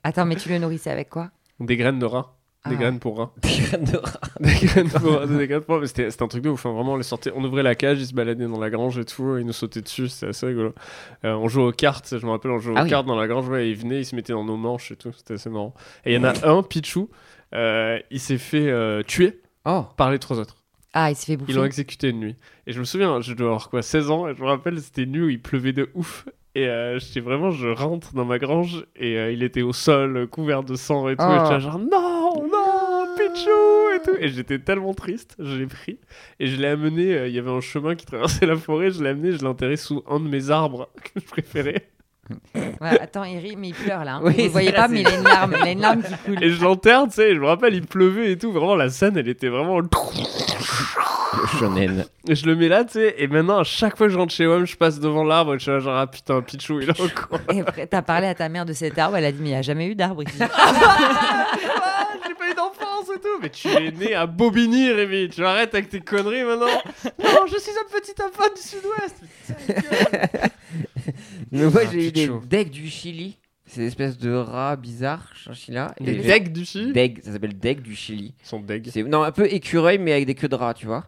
Oh. Attends, mais tu le nourrissais avec quoi des graines de rat des Ah. graines pour rat Graines de rat. des graines pour rat des graines pour rat mais c'était c'était un truc de ouf hein, vraiment on les sortait on ouvrait la cage ils se baladaient dans la grange et tout ils nous sautaient dessus c'était assez rigolo Euh, on jouait aux cartes je me rappelle on jouait Ah aux oui. cartes dans la grange ouais, ils venaient ils se mettaient dans nos manches et tout c'était assez marrant et il y en a un Pichou euh, il s'est fait euh, tuer Oh par les trois autres Ah, il se fait bouffer. ils l'ont exécuté une nuit. Et je me souviens, je dois avoir quoi, 16 ans, et je me rappelle, c'était une nuit où il pleuvait de ouf. Et euh, j'étais vraiment, je rentre dans ma grange, et euh, il était au sol, euh, couvert de sang et tout. Ah. Et j'étais là, genre, non, non, Pichou et tout. Et j'étais tellement triste, je l'ai pris, et je l'ai amené. euh, Il y avait un chemin qui traversait la forêt, je l'ai amené, je l'ai enterré sous un de mes arbres que je préférais. Ouais, attends, il rit, mais il pleure là. hein. Oui, Vous le voyez c'est là, pas, mais il a une larme, il a une larme qui coule. Et je l'enterre, tu sais, et je me rappelle, il pleuvait et tout. Vraiment, la scène, elle était vraiment. Le shonen. Et je le mets là, tu sais. Et maintenant, à chaque fois que je rentre chez WAM, je passe devant l'arbre et je suis là, genre, ah putain, Pichou, il est encore. Et après, t'as parlé à ta mère de cet arbre, elle a dit, mais il n'y a jamais eu d'arbre ici. Ah, j'ai pas eu d'enfance et tout. Mais tu es né à Bobigny, Rémi. Tu arrêtes avec tes conneries maintenant. Non, je suis un petit enfant du sud-ouest. Mais moi, Ah, j'ai eu des Pichou. decks du Chili. C'est des espèces de rats bizarres, chinchilla. Les decks du chi Deg, ça s'appelle deg du Chili. sont deg. C'est non un peu écureuil mais avec des queues de rat, tu vois.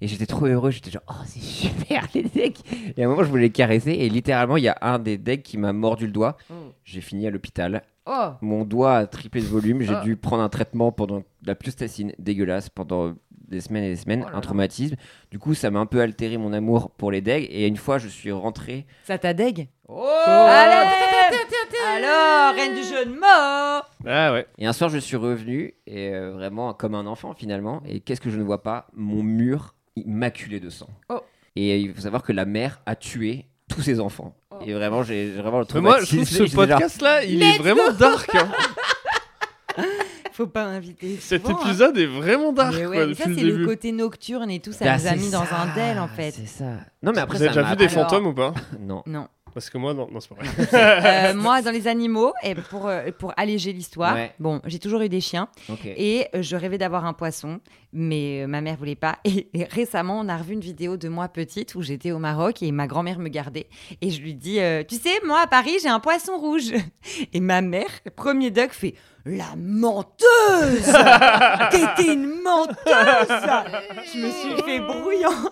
Et j'étais trop heureux, j'étais genre oh c'est super les decks. Et à un moment je voulais les caresser et littéralement il y a un des decks qui m'a mordu le doigt. Mm. J'ai fini à l'hôpital. oh Mon doigt a triplé de volume, j'ai Ah. dû prendre un traitement pendant la plustacine dégueulasse pendant des semaines et des semaines, Oh là un là. traumatisme. Du coup ça m'a un peu altéré mon amour pour les decks et une fois je suis rentré. Ça t'a deg Oh Allez Alors, reine du jeu de mots Ah ouais. Et un soir, je suis revenu, et euh, vraiment comme un enfant finalement. Et qu'est-ce que je ne vois pas Mon mur immaculé de sang. Oh. Et euh, il faut savoir que la mère a tué tous ses enfants. Oh. Et vraiment, j'ai j'ai vraiment le Mais moi, je trouve traumatisme. ce podcast-là, il est vraiment dark. hein. Faut pas m'inviter. Cet souvent, hein. épisode est vraiment dark. Mais ouais, quoi, mais depuis ça, le c'est le début. côté nocturne et tout, ça Bah, nous a c'est mis dans ça, un del en fait. C'est ça. Non, mais après, Vous avez ça déjà m'a vu des appris- Alors- fantômes ou pas Non. Non. Parce que moi, non, non c'est pas vrai. Euh, moi, dans les animaux, et pour, euh, pour alléger l'histoire, Ouais. bon, j'ai toujours eu des chiens Ok. et euh, je rêvais d'avoir un poisson, mais euh, ma mère voulait pas. Et, et récemment, on a revu une vidéo de moi petite où j'étais au Maroc et ma grand-mère me gardait. Et je lui dis, euh, tu sais, moi à Paris, j'ai un poisson rouge. Et ma mère, premier doc, fait la menteuse T'étais une menteuse Je me suis fait brouillant.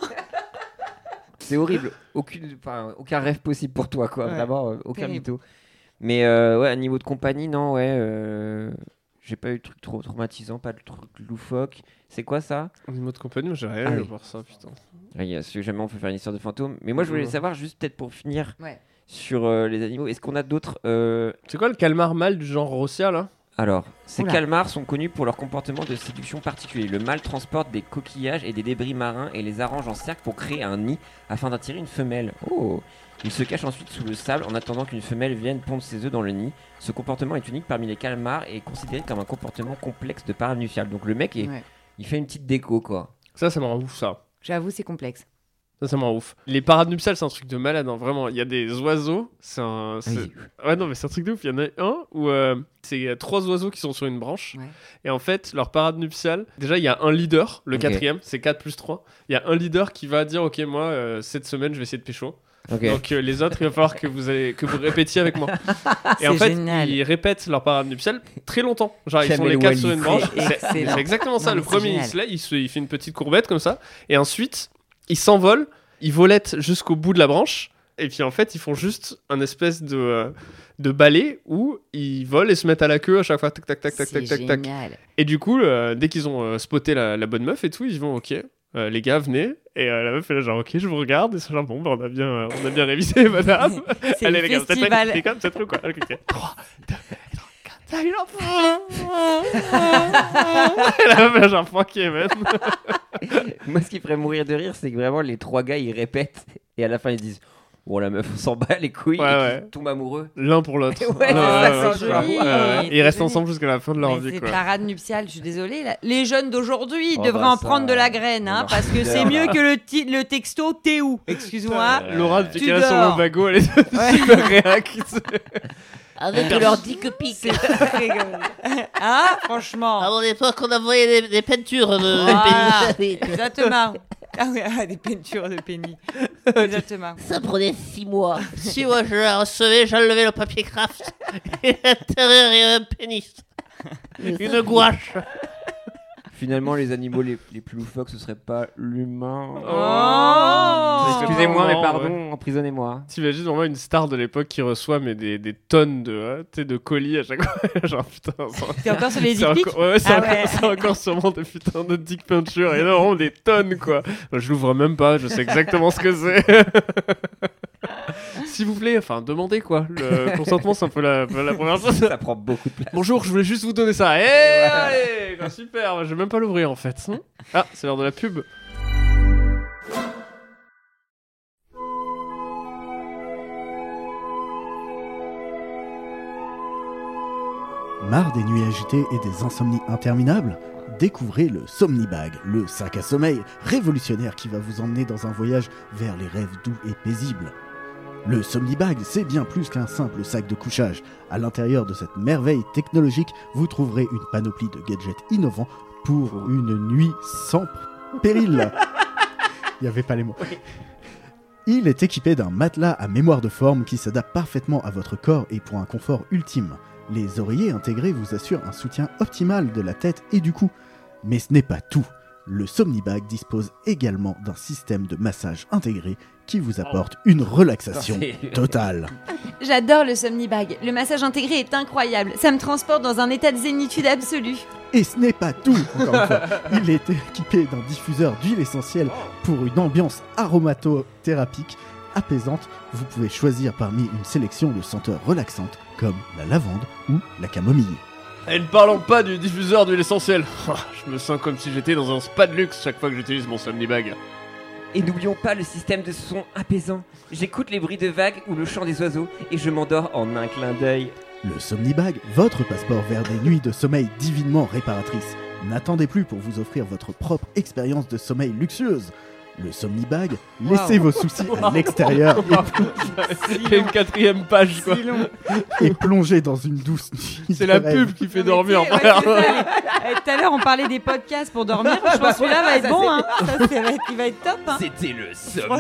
C'est horrible. Aucune, enfin, aucun rêve possible pour toi, quoi. Ouais. Vraiment, euh, aucun Terrible. mytho. Mais euh, ouais, à niveau de compagnie, non, ouais. euh, J'ai pas eu de truc trop traumatisant, pas de truc loufoque. C'est quoi ça En mot de compagnie, moi, j'ai Ah rien oui. eu pour ça, putain. Oui, euh, si jamais on peut faire une histoire de fantôme. Mais moi, je voulais Mhm. savoir, juste peut-être pour finir Mm-hmm. Ouais. sur euh, les animaux, est-ce qu'on a d'autres. euh, C'est quoi le calmar mâle du genre Rossia, là Alors, ces Oula. calmars sont connus pour leur comportement de séduction particulier. Le mâle transporte des coquillages et des débris marins et les arrange en cercle pour créer un nid afin d'attirer une femelle. Oh Il se cache ensuite sous le sable en attendant qu'une femelle vienne pondre ses œufs dans le nid. Ce comportement est unique parmi les calmars et est considéré comme un comportement complexe de paranufiable. Donc le mec, est- Ouais. il fait une petite déco, quoi. Ça, ça me rend ouf, ça. J'avoue, c'est complexe. Ça, ça me rend ouf. Les paranuptiales, c'est un truc de malade, hein, vraiment. Il y a des oiseaux, c'est un. c'est- Ah Oui. Ouais, non, mais c'est un truc de ouf. Il y en a un où euh, c'est euh, trois oiseaux qui sont sur une branche. Ouais. Et en fait, leur parade nuptiale, déjà, il y a un leader, le Ok. quatrième, c'est 4 plus 3. Il y a un leader qui va dire Ok, moi, euh, cette semaine, je vais essayer de pécho. Ok. Donc euh, les autres, il va falloir que vous, allez, que vous répétiez avec moi. Et C'est en fait, génial. ils répètent leur parade nuptiale très longtemps. Genre, ils sont Kamel les quatre sur Wally. une branche. C'est C'est excellent. c'est exactement ça. Non, le mais c'est premier, il, génial. se lève, il, se- il fait une petite courbette comme ça. Et ensuite, il s'envole, il volette jusqu'au bout de la branche. Et puis en fait, ils font juste un espèce de, euh, de balai où ils volent et se mettent à la queue à chaque fois. Tac, tac, tac, tac, C'est tac, tac, tac. génial. Et du coup, euh, dès qu'ils ont euh, spoté la, la bonne meuf et tout, ils vont ok. euh, les gars, venez. Et euh, la meuf, elle est genre, ok, je vous regarde. Et c'est genre, bon, bah, on, a bien, euh, on a bien révisé, madame. C'est Allez, le les gars, c'est festival. c'est comme, c'est trop quoi. Ok, ok. Trois, deux, et trois, quatre, cinq, genre, Et la meuf, elle est genre, fuck yeah, man. Moi, ce qui me ferait mourir de rire, c'est que vraiment, les trois gars, ils répètent et à la fin, ils disent Bon, la meuf, on s'en bat les couilles, Ouais, et ouais. qu'ils tombent amoureux. L'un pour l'autre. Ouais, c'est ça, c'est tu vois. joli, Ouais, ouais. c'est Ils restent joli. ensemble jusqu'à la fin de leur Mais vie, c'est quoi. parade nuptiale, je suis désolée. là. Les jeunes d'aujourd'hui ils Oh, devraient bah, en ça, prendre de la euh, graine, hein, non. parce que c'est Merde. mieux que le, ti- le texto T'es où Excuse-moi. Euh, Laura, depuis Tu qu'elle a son dors. lumbago, elle est Ouais. super réac. Avec leur dick pic. Hein, Ah franchement. À mon époque, on envoyait des, des peintures de Voilà. des pays. Exactement. Ah oui, ah, des peintures de pénis. Exactement. Ça prenait six mois. Six mois, je la recevais, j'enlevais le papier craft. Et à l'intérieur, il y avait un pénis. Une gouache. Finalement, les animaux les, les plus loufoques, ce serait pas l'humain. Oh. Excusez-moi, mais Ouais. pardon, emprisonnez-moi. T'imagines vraiment une star de l'époque qui reçoit mais des, des tonnes de, euh, tu sais, de colis à chaque fois. Genre putain, ça- T'es encore sur les c'est dick pics encore, ouais, ouais, c'est Ah encore- ouais. c'est encore sûrement des putains de dick peintures énormes, des tonnes quoi. Je l'ouvre même pas, je sais exactement ce que c'est. S'il vous plaît, enfin demandez quoi. Le consentement c'est un peu la, la première chose. Ça prend beaucoup de place. Bonjour, je voulais juste vous donner ça. Eh, allez, quoi, super, ben, je vais même pas l'ouvrir en fait. Ah, c'est l'heure de la pub. Marre des nuits agitées et des insomnies interminables Découvrez le Somnibag, le sac à sommeil révolutionnaire qui va vous emmener dans un voyage vers les rêves doux et paisibles. Le Somnibag, c'est bien plus qu'un simple sac de couchage. À l'intérieur de cette merveille technologique, vous trouverez une panoplie de gadgets innovants pour une nuit sans péril. Il n'y avait pas les mots. Il est équipé d'un matelas à mémoire de forme qui s'adapte parfaitement à votre corps et pour un confort ultime. Les oreillers intégrés vous assurent un soutien optimal de la tête et du cou. Mais ce n'est pas tout. Le Somnibag dispose également d'un système de massage intégré qui vous apporte une relaxation totale. J'adore le Somnibag. Le massage intégré est incroyable. Ça me transporte dans un état de zénitude absolue. Et ce n'est pas tout, encore une fois. Il est équipé d'un diffuseur d'huile essentielle pour une ambiance aromatothérapique apaisante. Vous pouvez choisir parmi une sélection de senteurs relaxantes comme la lavande ou la camomille. Et ne parlons pas du diffuseur d'huile essentielle. Je me sens comme si j'étais dans un spa de luxe chaque fois que j'utilise mon Somnibag. Et n'oublions pas le système de son apaisant. J'écoute les bruits de vagues ou le chant des oiseaux et je m'endors en un clin d'œil. Le Somnibag, votre passeport vers des nuits de sommeil divinement réparatrices. N'attendez plus pour vous offrir votre propre expérience de sommeil luxueuse. Le Somnibag, laissez vos soucis à l'extérieur Ah, Il y a une quatrième page, quoi. et plongez dans une douce nuit. C'est la de rêve. pub qui fait Mais dormir, tu sais, ouais, frère. c'est ça. Eh, Tout à l'heure, on parlait des podcasts pour dormir. Je pense que celui-là va être bon. Hein. Ça, ça va être, il va être top. Hein. C'était le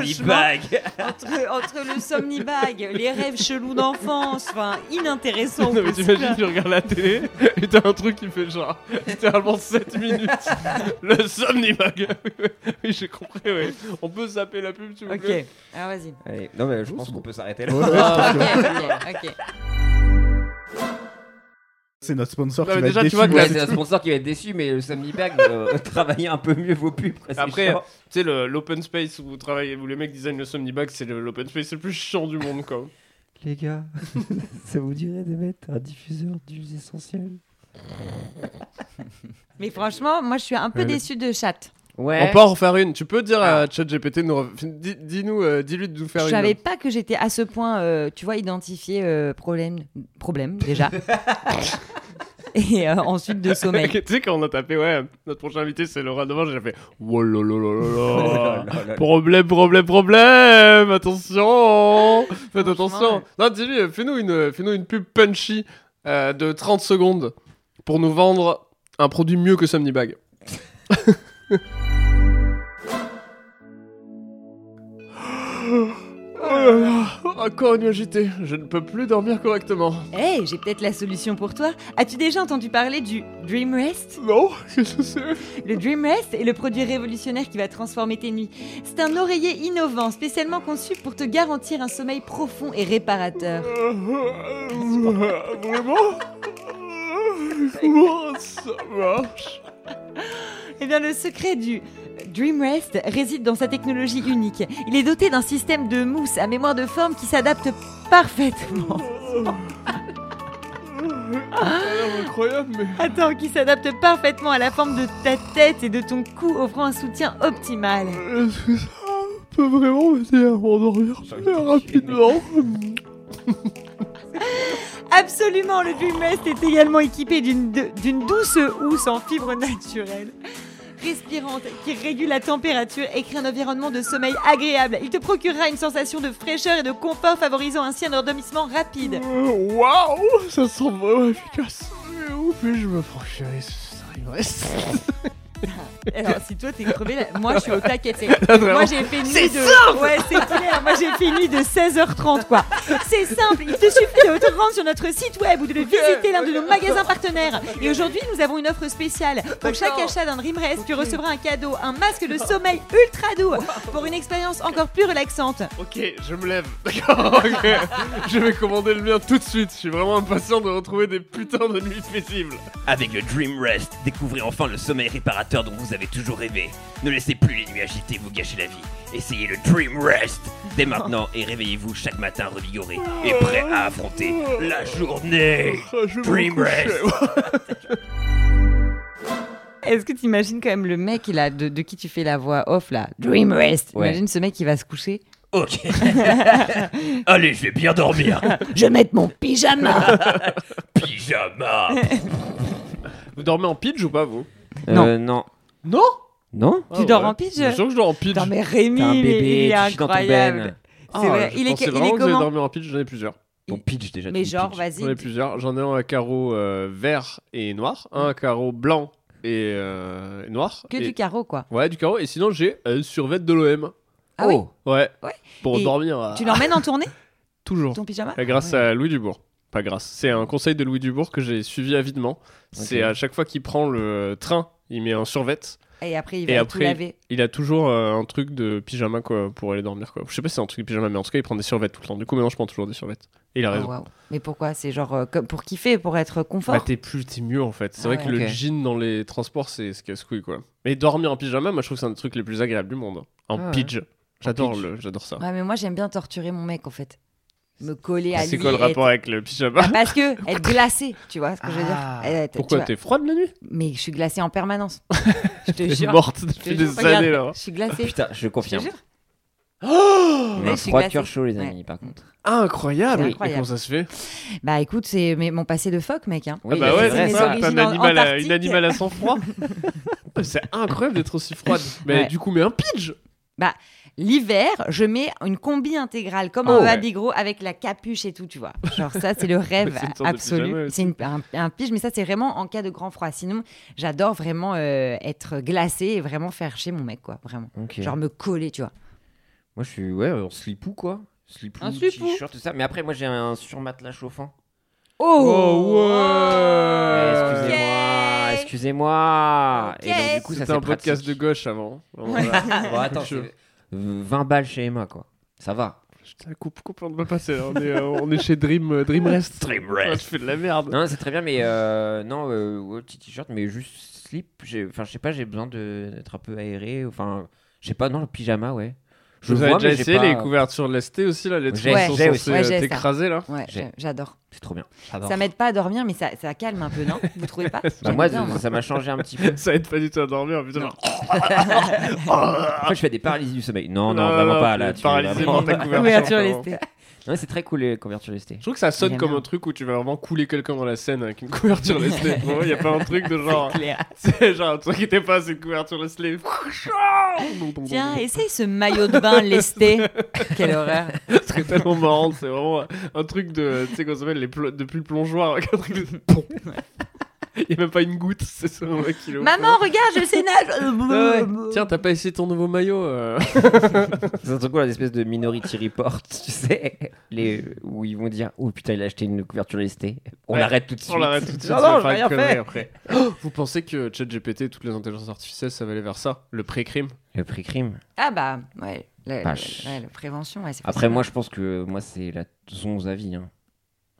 Somnibag Entre, entre le somnibag, les rêves chelous d'enfance, enfin inintéressants. en Non, mais plus. t'imagines, tu regardes la télé et t'as un truc qui fait genre littéralement 7 minutes. Le Somnibag. Oui, oui, oui, j'ai compris, oui. On peut zapper la pub, tu vous plaît. Ok, alors vas-y. Allez, Non mais je pense qu'on peut s'arrêter Oh, là. Ok, ok, ok. C'est notre sponsor Non, qui mais va déjà, être tu vois déçu. que la- Ouais, c'est un sponsor qui va être déçu, mais le Somnibag, euh, travaillez un peu mieux vos pubs. quoi, c'est Après, chiant. Tu sais, le- l'open space où vous travaillez, où les mecs designent le Somnibag, c'est le- l'open space le plus chiant du monde, quoi. Les gars, ça vous dirait de mettre un diffuseur d'huile essentielle Mais franchement, moi je suis un peu Ouais. déçue de chat. Ouais. On peut en refaire une. Tu peux dire à ChatGPT, nous ref- dis- dis-nous, euh, dis-lui de nous faire Je une. savais pas que j'étais à ce point, euh, tu vois, identifié euh, problème, problème déjà. Et euh, ensuite de sommeil. tu sais, quand on a tapé, ouais, notre prochain invité, c'est Laura Devant, j'ai fait Oh, oh Oh, Wolololololol. Lololol. Problème, problème, problème Attention Faites Franchement, attention ouais. Non, dis-lui, euh, fais-nous une, fais-nous une pub punchy euh, de 30 secondes pour nous vendre un produit mieux que Somnibag. Oh là là, Encore une nuit agitée, je ne peux plus dormir correctement. Hey, j'ai peut-être la solution pour toi. As-tu déjà entendu parler du Dream Rest Non, qu'est-ce que c'est Euh, Le Dream Rest est le produit révolutionnaire qui va transformer tes nuits. C'est un oreiller innovant, spécialement conçu pour te garantir un sommeil profond et réparateur. euh, Vraiment Comment ça marche Eh bien, le secret du Dream Rest réside dans sa technologie unique. Il est doté d'un système de mousse à mémoire de forme qui s'adapte parfaitement. Ça a l'air incroyable, mais... Attends, qui s'adapte parfaitement à la forme de ta tête et de ton cou, offrant un soutien optimal. Est-ce que ça peut vraiment m'aider à m'endormir plus rapidement Absolument, le Dream Rest est également équipé d'une de- d'une douce housse en fibres naturelles. Respirante, qui régule la température et crée un environnement de sommeil agréable. Il te procurera une sensation de fraîcheur et de confort, favorisant ainsi un endormissement rapide. Euh, Waouh Ça semble vraiment efficace Mais ouf, et je me franchirais ce reste. Alors, si toi t'es crevé, là, moi je suis au taquet. c'est- vraiment. Moi j'ai fait une nuit de. Ouais, c'est clair. Moi j'ai fait une nuit de 16h30, quoi. C'est simple. Il te suffit de te rendre sur notre site web ou de le visiter l'un de nos magasins partenaires. Et aujourd'hui, nous avons une offre spéciale. Pour chaque achat d'un Dream Rest, tu recevras un cadeau, un masque de sommeil ultra doux pour une expérience encore plus relaxante. Ok, je me lève. D'accord, ok. je vais commander le mien tout de suite. Je suis vraiment impatient de retrouver des putains de nuits paisibles. Avec le Dream Rest, découvrez enfin le sommeil réparateur dont vous avez toujours rêvé. Ne laissez plus les nuits agitées vous gâcher la vie. Essayez le Dream Rest dès maintenant et réveillez-vous chaque matin revigoré et prêt à affronter la journée. Ah, je vais me Dream coucher. Rest. Est-ce que t'imagines quand même le mec là, de, de qui tu fais la voix off là Dream Rest. Ouais. Imagine ce mec qui va se coucher. Ok. Allez, je vais bien dormir. Je vais mettre mon pyjama. Pyjama. Vous dormez en pitch ou pas, vous Euh, non. Non Non Tu dors en pige Bien sûr que je dors en pitch. Non mais Rémi, T'as un il est- bébé, il est tu chies dans ton incroyable. ben. Ah, C'est vrai, je il est, pensais il est vraiment que j'allais comment dormir en pitch, j'en ai plusieurs. Bon, pitch déjà. Mais tu dis genre, pitch. vas-y. J'en ai plusieurs. J'en ai un à carreau euh, vert et noir, un à carreau blanc et euh, et noir. Que et- du carreau, quoi. Ouais, du carreau. Et sinon, j'ai une survêt de l'OM. Ah oui Oh, Ouais. Ouais. Pour Et dormir. euh, Tu l'emmènes en tournée, Toujours. ton pyjama Euh, Grâce Ah ouais. à Louis Dubourg. Pas grâce. C'est un conseil de Louis Dubourg que j'ai suivi avidement. C'est à chaque fois qu'il prend le train, il met un survêt. Et après, il Et va tout après, laver. Il a toujours euh, un truc de pyjama quoi pour aller dormir quoi. Je sais pas si c'est un truc de pyjama, mais en tout cas il prend des survêtes tout le temps. Du coup maintenant je prends toujours des survêtes. Et il a Ah, raison. waouh. Mais pourquoi C'est genre euh, comme pour kiffer, pour être confort. Bah, t'es plus, t'es mieux en fait. C'est Ah vrai ouais. que Ok. le jean dans les transports c'est ce casse-couille quoi. Mais dormir en pyjama, moi je trouve que c'est un des trucs les plus agréables du monde. En Ah ouais. pidge. J'adore pidge. le, j'adore ça. Ouais, mais moi j'aime bien torturer mon mec en fait. Me coller à lui. Bah, c'est quoi le être- rapport avec le pyjama Ah, Parce que être glacé, tu vois ce que je veux Ah. dire Être- tu Pourquoi vois. t'es froide la nuit Mais je suis glacée en permanence. je te T'es Ah, jure. morte je te depuis jure, des regarde, années là. Je suis glacée. Putain, je je te confirme. jure. On Ouais, a je suis froid de glacée. cœur chaud, les Ouais. amis, par contre. Incroyable. C'est Et incroyable. comment ça se fait Bah écoute, c'est mais mon passé de phoque, mec. Hein. Oui, Ah bah c'est ouais, vrai, c'est ça. ça, t'es un origines animal à, antarctiques. une animale à sang froid. c'est incroyable d'être aussi froide. Mais Ouais. du coup, mais un pidge L'hiver, je mets une combi intégrale comme Ah un ouais. hadigro avec la capuche et tout, tu vois. Genre ça, c'est le rêve C'est une sorte de pyjama absolu. aussi. C'est une- un, un pige, mais ça, c'est vraiment en cas de grand froid. Sinon, j'adore vraiment euh, être glacée et vraiment faire chez mon mec, quoi. Vraiment. Ok. Genre me coller, tu vois. Moi, je suis ouais, en slipou quoi. Slipou, Un slipou. t-shirt, tout ça. Mais après, moi, j'ai un surmatelas chauffant. Oh, ouais. Eh, Euh, Ok. Excusez-moi, excusez-moi. Et donc, du coup, ça C'était c'est un podcast de pratique. gauche avant. Bon, attends, c'est, euh, 20 balles chez Emma, quoi. Ça va. Putain, coupe, coupe, on ne va pas passer. là. On est, euh, on est chez Dream, euh, Dream Rest. Dream Rest. Ah, tu fais de la merde. Non, c'est très bien, mais euh, non, euh, ouais, petit t-shirt, mais juste slip. J'ai- Enfin, je sais pas, j'ai besoin de- d'être un peu aéré. Enfin, je sais pas, non, le pyjama, ouais. Je Vous vois, avez déjà mais j'ai essayé pas- les couvertures lesté aussi, là Les J'ai- trucs qui sont j'ai aussi. censés Ouais, euh, j'ai ça. t'écraser, là Ouais, J'ai- j'a- j'adore. C'est trop bien. Ça m'aide pas à dormir, mais ça, ça calme un peu, non Vous trouvez pas Bah, J'aime moi, bien, ça- ça m'a changé un petit peu. Ça aide pas du tout à dormir, putain. En fait, je fais des paralysies du sommeil. Non, non, Non, vraiment non, pas, tu là. es tu- paralysé vraiment par ta pas. couverture. Couverture vraiment. lestée. Non, mais c'est très cool, les couvertures lestées. Je trouve que ça sonne J'aime comme bien. un truc où tu vas vraiment couler quelqu'un dans la scène avec une couverture lestée. Il n'y a pas un truc de genre. Claire. C'est genre, toi qui t'es pas, c'est une couverture lestée. Bon, bon, bon, Tiens, bon. essaye ce maillot de bain lesté. Quelle horreur. ce serait tellement marrant. C'est vraiment un truc de. Tu sais qu'on s'appelle les plo- depuis le plongeoir. avec un truc de- Pom. Il n'y a même pas une goutte, c'est ça, un kilo. Maman, regarde, je sais Ouais, nage. ouais. Tiens, t'as pas essayé ton nouveau maillot euh. C'est un truc où l'espèce de Minority Report, tu sais, les... où ils vont dire Oh putain, il a acheté une couverture listée. On Ouais. l'arrête tout de suite. On l'arrête tout de suite. Non, ça va non, faire j'ai une rien connerie fait. après. Oh, Vous pensez que ChatGPT, toutes les intelligences artificielles, ça va aller vers ça Le pré-crime Le prix crime. Ah bah, ouais. La, la- Vache. ouais, la prévention, ouais, c'est Après, moi, je pense que moi, c'est la zonze à vie. hein.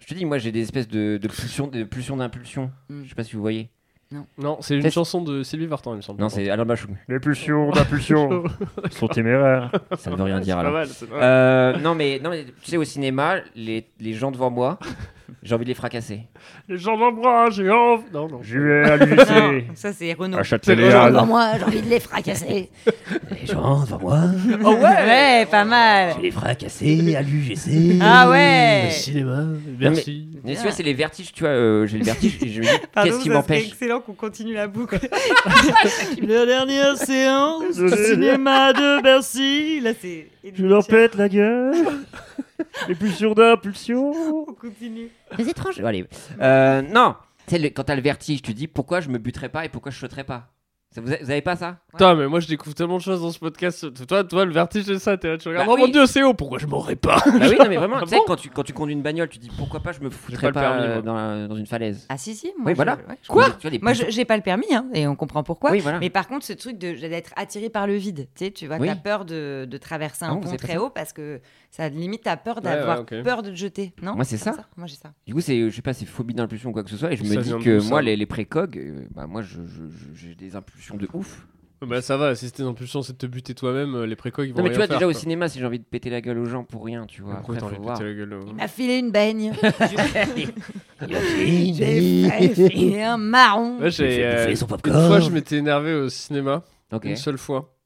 Je te dis, moi, j'ai des espèces de, de pulsions de pulsions d'impulsion. Hmm. Mm. Je sais pas si vous voyez. Non, c'est une Peut-être- chanson de Sylvie Vartan, il me semble. Non, c'est Alain Bachung. Les pulsions d'impulsion sont téméraires. Ça ne veut rien C'est dire, pas Alain. mal, c'est pas mal. Euh, non, mais, non, mais tu sais, au cinéma, les, les gens devant moi, j'ai envie de les fracasser. Les gens d'embrun, j'ai envie. Non, non. J'y vais à l'UGC. Non, ça c'est Renault. À Ah, Devant Châtelet-Léal. moi, j'ai envie de les fracasser. Les gens devant moi, oh ouais, ouais, pas mal. les fracasser à l'UGC. Ah ouais. cinéma, merci. Mais tu vois, c'est les vertiges, tu vois, euh, j'ai le vertige et je me dis, Pardon, qu'est-ce qui ça serait m'empêche excellent qu'on continue la boucle. la dernière séance du Désolé. cinéma de Bercy. Là c'est. Je leur pète la gueule. Les pulsions d'impulsion. On continue. Les étranges. Allez. Euh, non, tu sais, le- quand t'as le vertige, tu dis pourquoi je me buterais pas et pourquoi je sauterais pas. Ça, vous, a- vous avez pas ça Putain, mais moi je découvre tellement de choses dans ce podcast. Toi, toi le vertige, c'est ça. T'es là, tu regardes. Bah oh mon oui. dieu, c'est haut. Pourquoi je m'aurais pas Bah oui, non, mais vraiment, Ah tu sais, bon quand, tu, quand tu conduis une bagnole, tu dis pourquoi pas je me pas foutrais le pas, permis, euh, moi. dans, la- dans une falaise. Ah si si. Moi, Oui, je- voilà. ouais, je- Quoi Tu vois, les Moi pulsions- je- j'ai pas le permis hein, et on comprend pourquoi. Oui, voilà. Mais par contre, ce truc de- d'être attiré par le vide, tu sais, tu vois, Ah. Oui. t'as peur de, de traverser un Ah, vous pont avez pas très ça haut parce que ça limite, t'as peur ouais, d'avoir ok. peur de te jeter, non Moi, c'est ça. Moi, j'ai ça. Du coup, c'est, je sais pas, c'est phobie d'impulsion ou quoi que ce soit. Et je Ça me vient dis d'où, que ça moi, les, les précogs, euh, bah, moi, je- je- je- j'ai des impulsions de ouf. Bah ça va. Si tes impulsions, c'est de te buter toi-même. euh, Les précoques, ils vont Non, mais rien tu vois, faire, déjà au quoi. cinéma, si j'ai envie de péter la gueule aux gens pour rien, tu vois. Pourquoi t'en après, faut répété voir. Ah la gueule euh, Il m'a filé une baigne. J'ai filé un marron. Ouais, j'ai. euh, une fois, je m'étais énervé au cinéma. Ok. Une seule fois.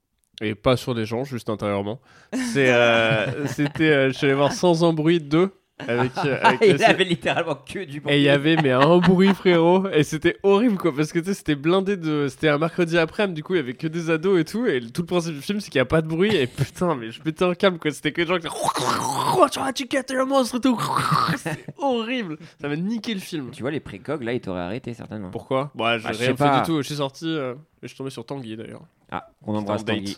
Et pas sur les gens, juste intérieurement. C'est, euh, C'était. euh, je suis allé voir Sans un bruit 2. Avec, euh, avec Ah, Il la sé- avait littéralement que du bon. Et il y avait mais un bruit frérot et c'était horrible quoi parce que tu sais c'était blindé de c'était un mercredi après-midi du coup il y avait que des ados et tout et le- tout le principe du film c'est qu'il n'y a pas de bruit et putain mais je pétais un câble quoi c'était que des gens qui faisaient Oh, tu captes le monstre et tout c'est horrible ça m'a niqué le film Tu vois, les précogs, là, ils t'auraient arrêté certainement. pourquoi bah j'ai Bah, je sais rien fait pas. du tout je suis sorti euh, et je suis tombé sur Tanguy d'ailleurs Ah, on C'était embrasse en date. Tanguy.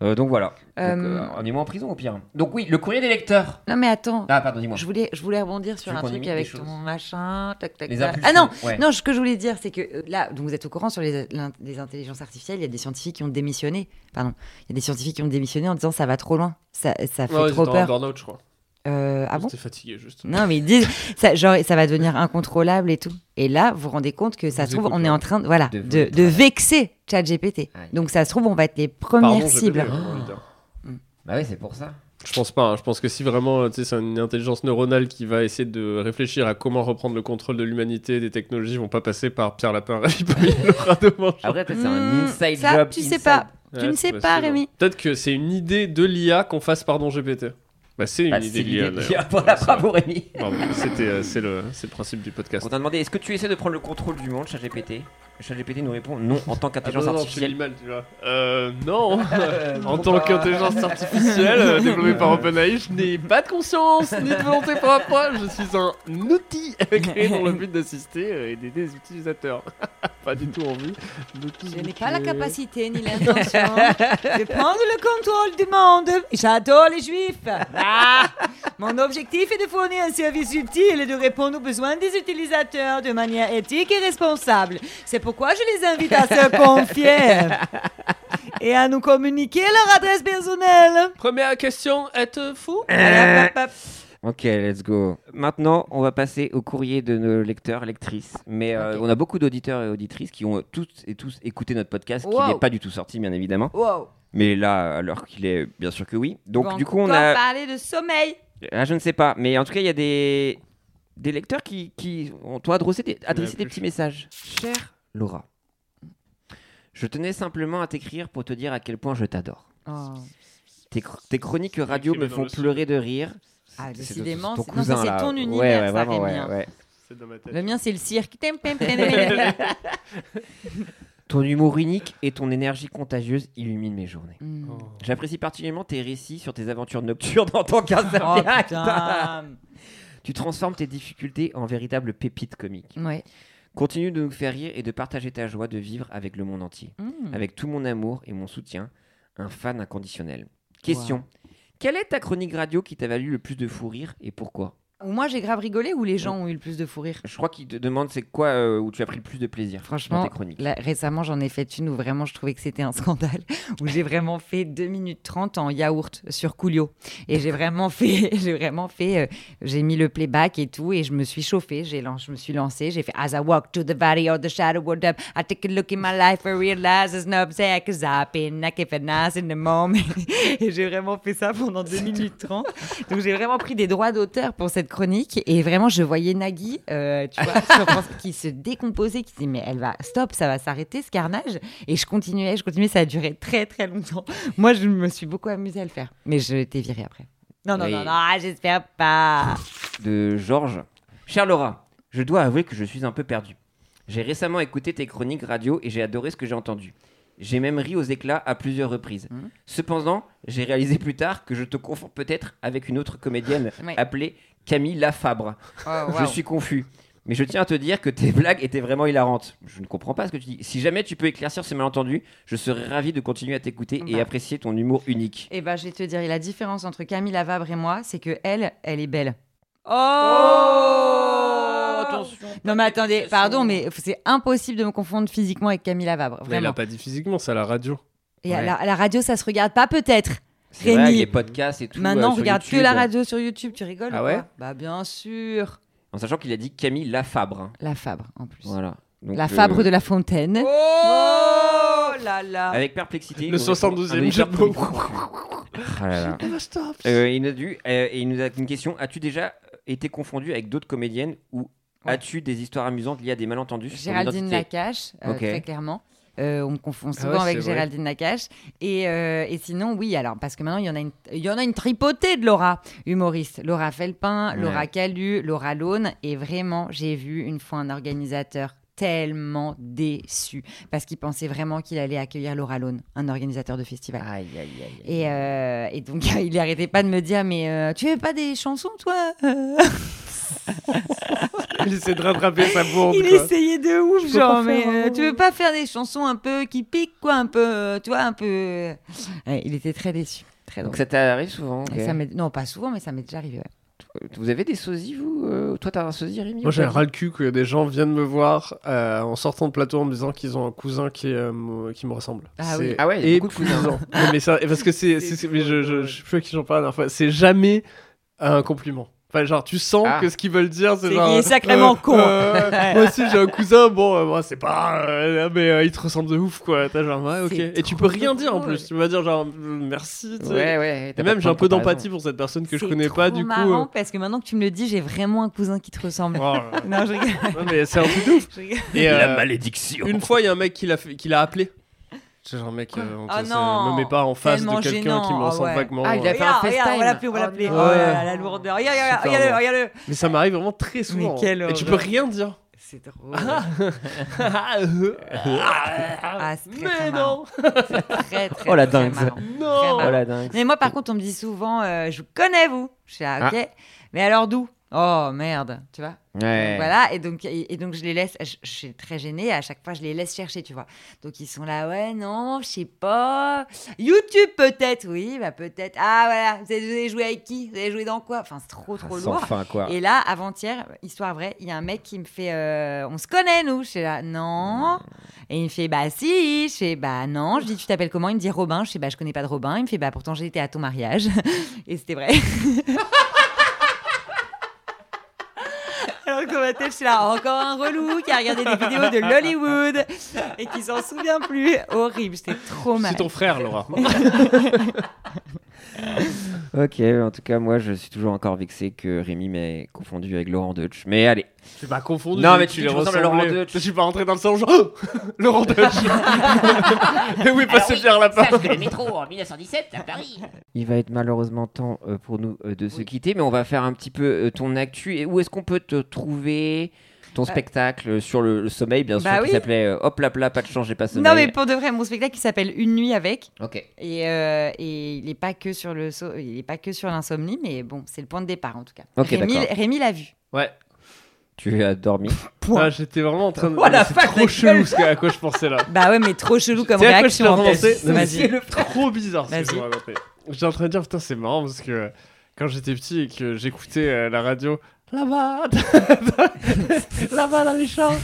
Euh, donc voilà. Donc, Ah. Euh, euh, on est moins en prison au pire. Donc oui, le courrier des lecteurs. Non, mais attends. Ah, pardon, dis-moi. Je voulais, je voulais rebondir sur veux un qu'on truc imite avec des ton choses machin. Tac, tac, Les tac. impulsions, Ah non, ouais. non, ce que je voulais dire, c'est que euh, là, donc vous êtes au courant sur les, l'in- les intelligences artificielles, il y a des scientifiques qui ont démissionné. Pardon, il y a des scientifiques qui ont démissionné en disant ça va trop loin, ça, ça fait Ouais, trop j'étais en peur. burn-out je crois Euh, ah bon j'étais fatigué juste Non, mais ils disent ça, genre, ça va devenir incontrôlable et tout. Et là, vous vous rendez compte que ça Vous se trouve, on écoutez. est en train de, voilà, De de, de vexer ChatGPT. Aïe. Donc ça se trouve, on va être les premières Pardon, j'ai cibles. pété, ouais, j'ai envie de dire. Bah oui, c'est pour ça. Je pense pas. hein. Je pense que si vraiment, euh, tu sais, c'est une intelligence neuronale qui va essayer de réfléchir à comment reprendre le contrôle de l'humanité et des technologies, ils vont pas passer par Pierre Lapin, Ravi Paille, Laura de Manche. Après, peut-être c'est un Hmm, inside ça, job. tu sais inside- pas. Ouais, tu ne c'est sais possible, pas, hein. Rémi. Peut-être que c'est une idée de l'IA qu'on fasse pardon GPT. Bah, c'est une Bah, idée c'est de l'IA. l'idée qu'il y a. d'ailleurs. Voilà, Ouais, c'est vrai. bravo Rémi. Pardon, C'était, euh, c'est le, c'est le principe du podcast. On t'a demandé, est-ce que tu essaies de prendre le contrôle du monde, ChatGPT ChatGPT nous répond non en tant Ah, non, qu'intelligence non, tu lis artificielle. mal, tu vois. Euh, non. Euh, En bon, tant bah, qu'intelligence artificielle euh, développée par OpenAI, je n'ai pas de conscience ni de volonté propre. Je suis un outil créé dans le but d'assister euh, et d'aider les utilisateurs. pas du tout envie de tout Je n'ai niquer. pas la capacité ni l'intention de prendre le contrôle du monde. J'adore les juifs. Ah Mon objectif est de fournir un service utile et de répondre aux besoins des utilisateurs de manière éthique et responsable. C'est pourquoi je les invite à se confier et à nous communiquer leur adresse personnelle. Première question, êtes fou Allez, hop, hop, hop. Ok, let's go. Maintenant, on va passer au courrier de nos lecteurs, lectrices. Mais euh, Ok. on a beaucoup d'auditeurs et auditrices qui ont toutes et tous écouté notre podcast, Wow. qui n'est pas du tout sorti, bien évidemment. Wow. Mais là, alors qu'il est, bien sûr que oui. Donc, Bon, du coup, on encore a. parler de sommeil. Ah, je ne sais pas, mais en tout cas, il y a des, des lecteurs qui, qui ont- t'ont adressé des, adressé des plus. petits messages. Chère Laura, je tenais simplement à t'écrire pour te dire à quel point je t'adore. Oh. Tes, cr- tes chroniques radio écrit, me mais dans font le son. pleurer de rire. Ah, C'est- c'est- décidément, ton c'est- non, ça, cousin, c'est là. ton Ouais, univers, ouais, ça, vraiment, ouais, Rémi, hein. ouais. C'est dans ma tête. Le mien, c'est le cirque. Ton humour unique et ton énergie contagieuse illuminent mes journées. Oh. Mm. J'apprécie particulièrement tes récits sur tes aventures nocturnes en tant Oh qu'interprète. putain tu transformes tes difficultés en véritables pépites comiques. Ouais. Continue de nous faire rire et de partager ta joie de vivre avec le monde entier. Mm. Avec tout mon amour et mon soutien, un fan inconditionnel. Question. Quelle est ta chronique radio qui t'a valu le plus de fou rire et pourquoi Ou moi j'ai grave rigolé ou les gens ont eu le plus de fou rire Je crois qu'il te demande c'est quoi euh, où tu as pris le plus de plaisir dans Franchement, tes chroniques. là, récemment j'en ai fait une où vraiment je trouvais que c'était un scandale, où j'ai vraiment fait 2 minutes 30 en yaourt sur Coolio. Et j'ai vraiment fait, j'ai vraiment fait, euh, j'ai mis le playback et tout, et je me suis chauffée, j'ai lan- je me suis lancée, j'ai fait As I walk to the valley of the shadow of death, I take a look in my life, I realize there's no obstacle, cause I've been naked and nice in the moment. et j'ai vraiment fait ça pendant 2 minutes 30. Donc j'ai vraiment pris des droits d'auteur pour cette chronique et vraiment je voyais Nagui, euh, tu vois, sur France- qui se décomposait, qui disait mais elle va stop, ça va s'arrêter ce carnage. Et je continuais, je continuais, ça a duré très très longtemps. Moi je me suis beaucoup amusée à le faire, mais je t'ai virée après. Non non Oui. non non, ah, j'espère pas. de Georges. Chère Laura, je dois avouer que je suis un peu perdu. J'ai récemment écouté tes chroniques radio et j'ai adoré ce que j'ai entendu. J'ai même ri aux éclats à plusieurs reprises. Mhm. Cependant, j'ai réalisé plus tard que je te confonds peut-être avec une autre comédienne Ouais. appelée Camille Lafabre. Oh, Je wow. suis confus. Mais je tiens à te dire que tes blagues étaient vraiment hilarantes. Je ne comprends pas ce que tu dis. Si jamais tu peux éclaircir ce malentendu, je serais ravi de continuer à t'écouter et Bah. apprécier ton humour unique. Eh ben, je vais te dire, et la différence entre Camille Lavabre et moi, c'est que elle, elle est belle. Oh, Non mais attendez, pardon, mais c'est impossible de me confondre physiquement avec Camille Lavabre, Mais elle vraiment. a pas dit physiquement, c'est à la radio. Et à Ouais. la, à la radio, ça se regarde pas peut-être. C'est vrai, Rémi. les podcasts et tout. Maintenant, euh, on sur regarde YouTube. que la radio sur YouTube. Tu rigoles Ah ou ouais quoi Bah bien sûr. En sachant qu'il a dit Camille Lafabre. hein. La Fabre en plus. Voilà. Donc, La euh, Fabre de la Fontaine. Oh là là. Avec perplexité. il Le nous répond 72e un jet hyper de mots. Ah là là. Euh, il, nous a dû, euh, et il nous a une question. As-tu déjà été confondu avec d'autres comédiennes ou Ouais. as-tu des histoires amusantes liées à des malentendus sur ton Géraldine identité Lacache, euh, Ok. très clairement. Euh, on me confond souvent Ah ouais, avec c'est vrai. Géraldine Nakache. Et, euh, et sinon, oui, alors, parce que maintenant, il y en a une, il y en a une tripotée de Laura humoriste. Laura Felpin, Ouais. Laura Calu, Laura Laune. Et vraiment, j'ai vu une fois un organisateur tellement déçu parce qu'il pensait vraiment qu'il allait accueillir Laura Laune, un organisateur de Ah. festival. Aïe, aïe, aïe. aïe. Et, euh, et donc, il n'arrêtait pas de me dire Mais euh, tu fais pas des chansons, toi Euh, Il essaie de rattraper sa bourde. Il quoi. essayait de ouf, Je peux genre, pas mais faire un euh, mot. tu veux pas faire des chansons un peu qui piquent, quoi, un peu, euh, tu vois, un peu. euh. Ouais, il était très déçu. Très Donc drôle. ça t'arrive souvent ok. Et ça m'est- non, pas souvent, mais ça m'est déjà arrivé. ouais. Vous avez des sosies, vous euh, Toi, t'as un sosie, Rémi Moi, ou j'ai pas ras le cul que des gens viennent me voir euh, en sortant de plateau en me disant qu'ils ont un cousin qui, est, euh, mo- qui me ressemble. Ah C'est oui. Ah ouais, il y a beaucoup de cousins. épuisant. Non, mais ça, parce que c'est. c'est- c'est- mais je, je, je sais plus à qui j'en parle la dernière fois. C'est jamais un compliment. Enfin, genre, tu sens Ah. que ce qu'ils veulent dire, c'est C'est genre. qu'il est sacrément con. euh, moi aussi, j'ai un cousin, bon, euh, moi, c'est pas. euh, mais euh, il te ressemble de ouf, quoi. T'as genre, ouais, ok. C'est Et tu peux trop rien dire en drôle. plus. Tu vas dire, genre, mm, merci, tu sais. Ouais, ouais. Et t'as pas même, de j'ai un point peu de comparaison. d'empathie pour cette personne que je C'est connais pas, trop du coup. marrant, euh, parce que maintenant que tu me le dis, j'ai vraiment un cousin qui te ressemble. oh là là. non, je rigole. Non, mais c'est un truc de ouf. je rigole. Et, La euh, malédiction. Une fois, il y a un mec qui l'a fait- qui l'a appelé. C'est genre, mec, euh, on- Oh ça- ça non, me met pas en face de tellement quelqu'un gênant, qui me ah ressemble ouais. vaguement. Ah, il a- fait un Regarde, regarde, on FaceTime. l'a appelé, on Oh l'a appelé. non. Oh là Ouais. là, la lourdeur. Regarde, regarde, Super regarde, bon. regarde. Mais ça m'arrive vraiment très souvent. hein. Mais quelle Et tu peux horreur. rien dire. C'est drôle. ah, c'est très, Mais très non marrant. Très, très, Oh la très dingue, ça. marrant. Non Ah. Oh la dingue. Mais moi, par contre, on me dit souvent, euh, je vous connais vous. Je suis là, ok. Mais alors d'où Oh merde, tu vois. Ah. Ouais. Voilà, et donc, et et donc je les laisse, je, je suis très gênée, à chaque fois je les laisse chercher, tu vois. Donc ils sont là, ouais, non, je sais pas. YouTube peut-être, oui, bah peut-être. Ah voilà, vous avez, vous avez joué avec qui Vous avez joué dans quoi Enfin, c'est trop, Ah, trop sans lourd. fin, quoi. Et là, avant-hier, histoire vraie, il y a un mec qui me fait euh, On se connaît, nous Je suis là, non. Et il me fait Bah si. Je fais Bah non. Je dis Tu t'appelles comment Il me dit Robin. Je fais Bah je connais pas de Robin. Il me fait Bah pourtant j'ai été à ton mariage. Et c'était vrai. Alors que dans ma tête, je suis là, encore un relou qui a regardé des vidéos de Lollywood et qui s'en souvient plus. Horrible, j'étais trop mal. C'est ton frère, Laura. Ok, en tout cas, moi, je suis toujours encore vexé que Rémi m'ait confondu avec Laurent Deutsch. Mais allez, Je suis pas confondu. Non, j'ai mais dit tu que dis tu que je ressemble à Laurent Deutsch. Je suis pas rentré dans le salon, genre. Oh Laurent Deutsch Et oui, passez oui, Pierre Lapin Sache que le métro en 1917 à Paris. il va être malheureusement temps euh, pour nous euh, de se quitter, mais on va faire un petit peu euh, ton actu. Et où est-ce qu'on peut te trouver ton spectacle euh, sur le, le sommeil, bien bah sûr, oui. qui s'appelait euh, Hop là plat, pas de changer, pas sommeil. Non, mais pour de vrai, mon spectacle qui s'appelle Une nuit avec, Ok. Et, euh, et il n'est pas que sur le so- il est pas que sur l'insomnie, mais bon, c'est le point de départ en tout cas. Ok, Rémi, d'accord. Rémi l'a vu. Ouais. Tu as dormi. Ah, J'étais vraiment en train de. Oh, la C'est vache, la trop chelou ce que- à quoi je pensais là. Bah ouais, mais trop chelou comme C'est à quoi je réaction. t'ai en fait. avancé Non, mais Vas-y. c'est trop bizarre ce que Vas-y. je vous racontais. J'étais en train de dire, putain, c'est marrant parce que euh, quand j'étais petit et que j'écoutais euh, la radio là-bas, là-bas dans les champs,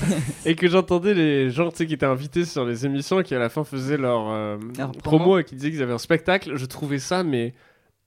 et que j'entendais les gens tu sais, qui étaient invités sur les émissions et qui à la fin faisaient leur, euh, Leur promo. promo et qui disaient qu'ils avaient un spectacle, je trouvais ça, mais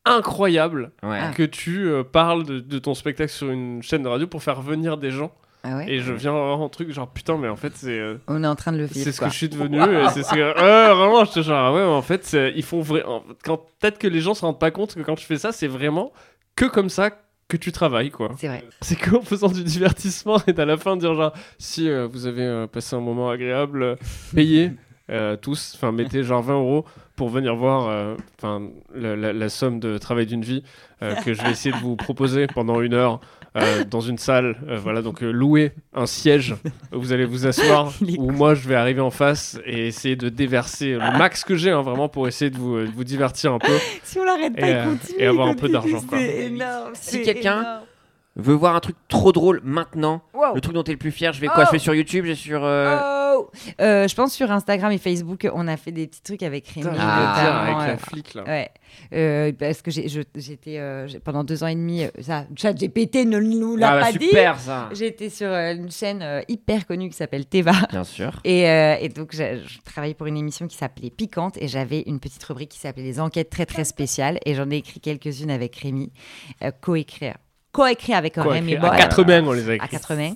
incroyable Ouais. Ah. que tu euh, parles de, de ton spectacle sur une chaîne de radio pour faire venir des gens Ah ouais et je viens avoir un truc genre putain mais en fait c'est euh, On est en train de le vivre. c'est ce quoi. que je suis devenu. et c'est ce que... Ouais, vraiment, je te jure. ah Ouais, mais en fait, c'est- ils font vrai. en- Quand... Peut-être que les gens se rendent pas compte que quand tu fais ça, c'est vraiment que comme ça que tu travailles, quoi. C'est vrai. C'est qu'en faisant du divertissement et à la fin dire genre, si euh, vous avez euh, passé un moment agréable, euh, payez. euh, tous, enfin mettez genre 20 euros pour venir voir euh, enfin la, la- la somme de travail d'une vie euh, que je vais essayer de vous proposer pendant une heure euh, dans une salle. Euh, voilà, donc euh, louez un siège, vous allez vous asseoir, Il est ou moi je vais arriver en face et essayer de déverser le max que j'ai, hein, vraiment pour essayer de vous, euh, de vous divertir un peu. Si on l'arrête Et, pas, euh, il continue. et avoir un il peu continue, d'argent, quoi. C'est énorme. Si c'est quelqu'un- énorme. Veux voir un truc trop drôle maintenant Wow. Le truc dont t'es le plus fier, je vais quoi Oh. Je vais sur YouTube, je vais sur. euh, Oh Euh, je pense sur Instagram et Facebook, on a fait des petits trucs avec Rémi. Putain, je Ah, vais le dire notamment, avec euh, la flic là. Ouais, Euh, parce que j'ai- je- j'étais euh, j'ai- pendant deux ans et demi, euh, ça, chat GPT ne nous l'a Ah, bah, pas dit. super ça J'étais sur euh, une chaîne euh, hyper connue qui s'appelle Teva. Bien sûr. Et, euh, et donc, je, je travaillais pour une émission qui s'appelait Piquante et j'avais une petite rubrique qui s'appelait Les enquêtes très très spéciales. Et j'en ai écrit quelques-unes avec Rémi, euh, co-écrire. Co-écrit avec Quoi, Rémi écrit- à Boy. quatre mains, on les a À écrits. quatre mains.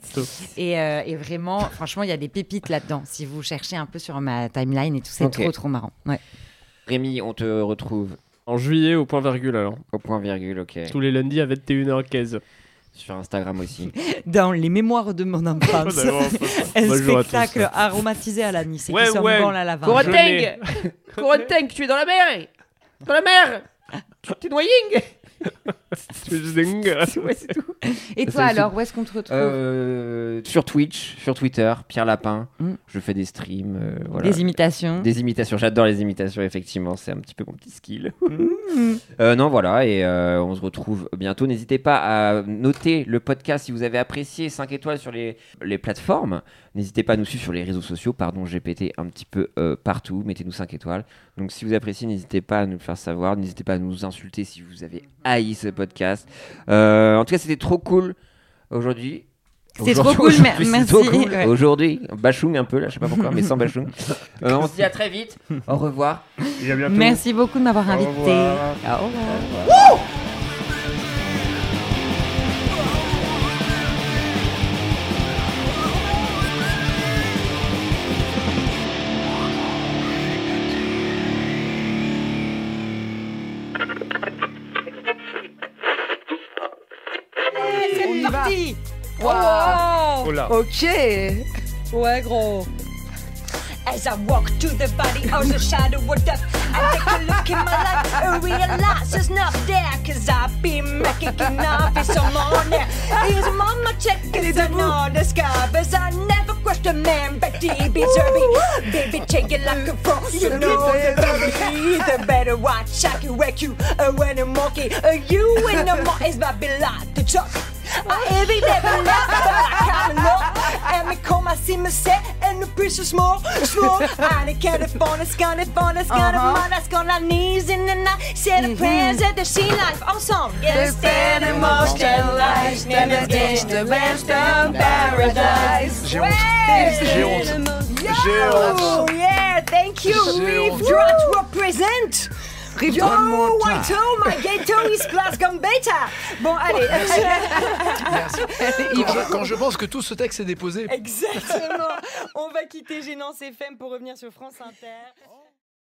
Et, euh, et vraiment, franchement, il y a des pépites là-dedans. Si vous cherchez un peu sur ma timeline et tout, c'est Ok. trop trop marrant. Ouais. Rémi, on te retrouve En juillet au point virgule alors. au point virgule, ok. Tous les lundis à 21h15. Sur Instagram aussi. Dans les mémoires de mon enfance, Oh, un Bonjour à tous. spectacle aromatisé à l'anis et Ouais, qui sent ouais. bon la lavande. l'ai. Coroteng Coroteng, tu es dans la mer Dans la mer Tu t'es noyé Ouais, c'est tout. Et toi Ça, c'est- alors, où est-ce qu'on te retrouve Euh, sur Twitch, sur Twitter, Pierre Lapin. Mm. Je fais des streams. euh, voilà. Des imitations. Des imitations, j'adore les imitations, effectivement, c'est un petit peu mon petit skill. Euh, non, voilà, et euh, on se retrouve bientôt. N'hésitez pas à noter le podcast si vous avez apprécié 5 étoiles sur les, les plateformes. N'hésitez pas à nous suivre sur les réseaux sociaux, pardon, j'ai pété un petit peu euh, partout, mettez-nous 5 étoiles. Donc si vous appréciez, n'hésitez pas à nous le faire savoir, n'hésitez pas à nous insulter si vous avez haï ce podcast. Euh, en tout cas, c'était trop cool aujourd'hui. C'est Aujourd'hui, trop cool, mer- aujourd'hui, c'est merci, trop cool. ouais. Aujourd'hui, bachung un peu là, je sais pas pourquoi, mais sans bachung. Euh, on se dit à très vite. Au revoir. Et à bientôt. Merci beaucoup de m'avoir invité. revoir. Au revoir. C'est parti Oh là. Ok Ouais, gros As I walk to the body of the shadow of death, I take a look in my life and realize it's not there. Cause I've been making enough for some morning. Here's a mama check, it's another sky. But I never question man, but DB Derby. Baby, take it like a frog, you know the baby. The better watch, I can wreck you. Uh, when a monkey, uh, you and the more is my beloved to chuck. I even never left, but I kinda know. And me call my see me set, and the pressure small, small. I done can't afford it's gonna afford it's gonna mind, it's gonna knees in the night. Said the prayers at the sea life, awesome. Yes, stand er in motion life, stand against the rest of paradise. Géronde. Oh, yeah, thank you, Reeve Drudge represent. Yo, I told my ghetto is Glasgow Beta. Bon, allez. Quand je, quand je pense que tout ce texte est déposé Exactement. On va quitter Gênance FM pour revenir sur France Inter.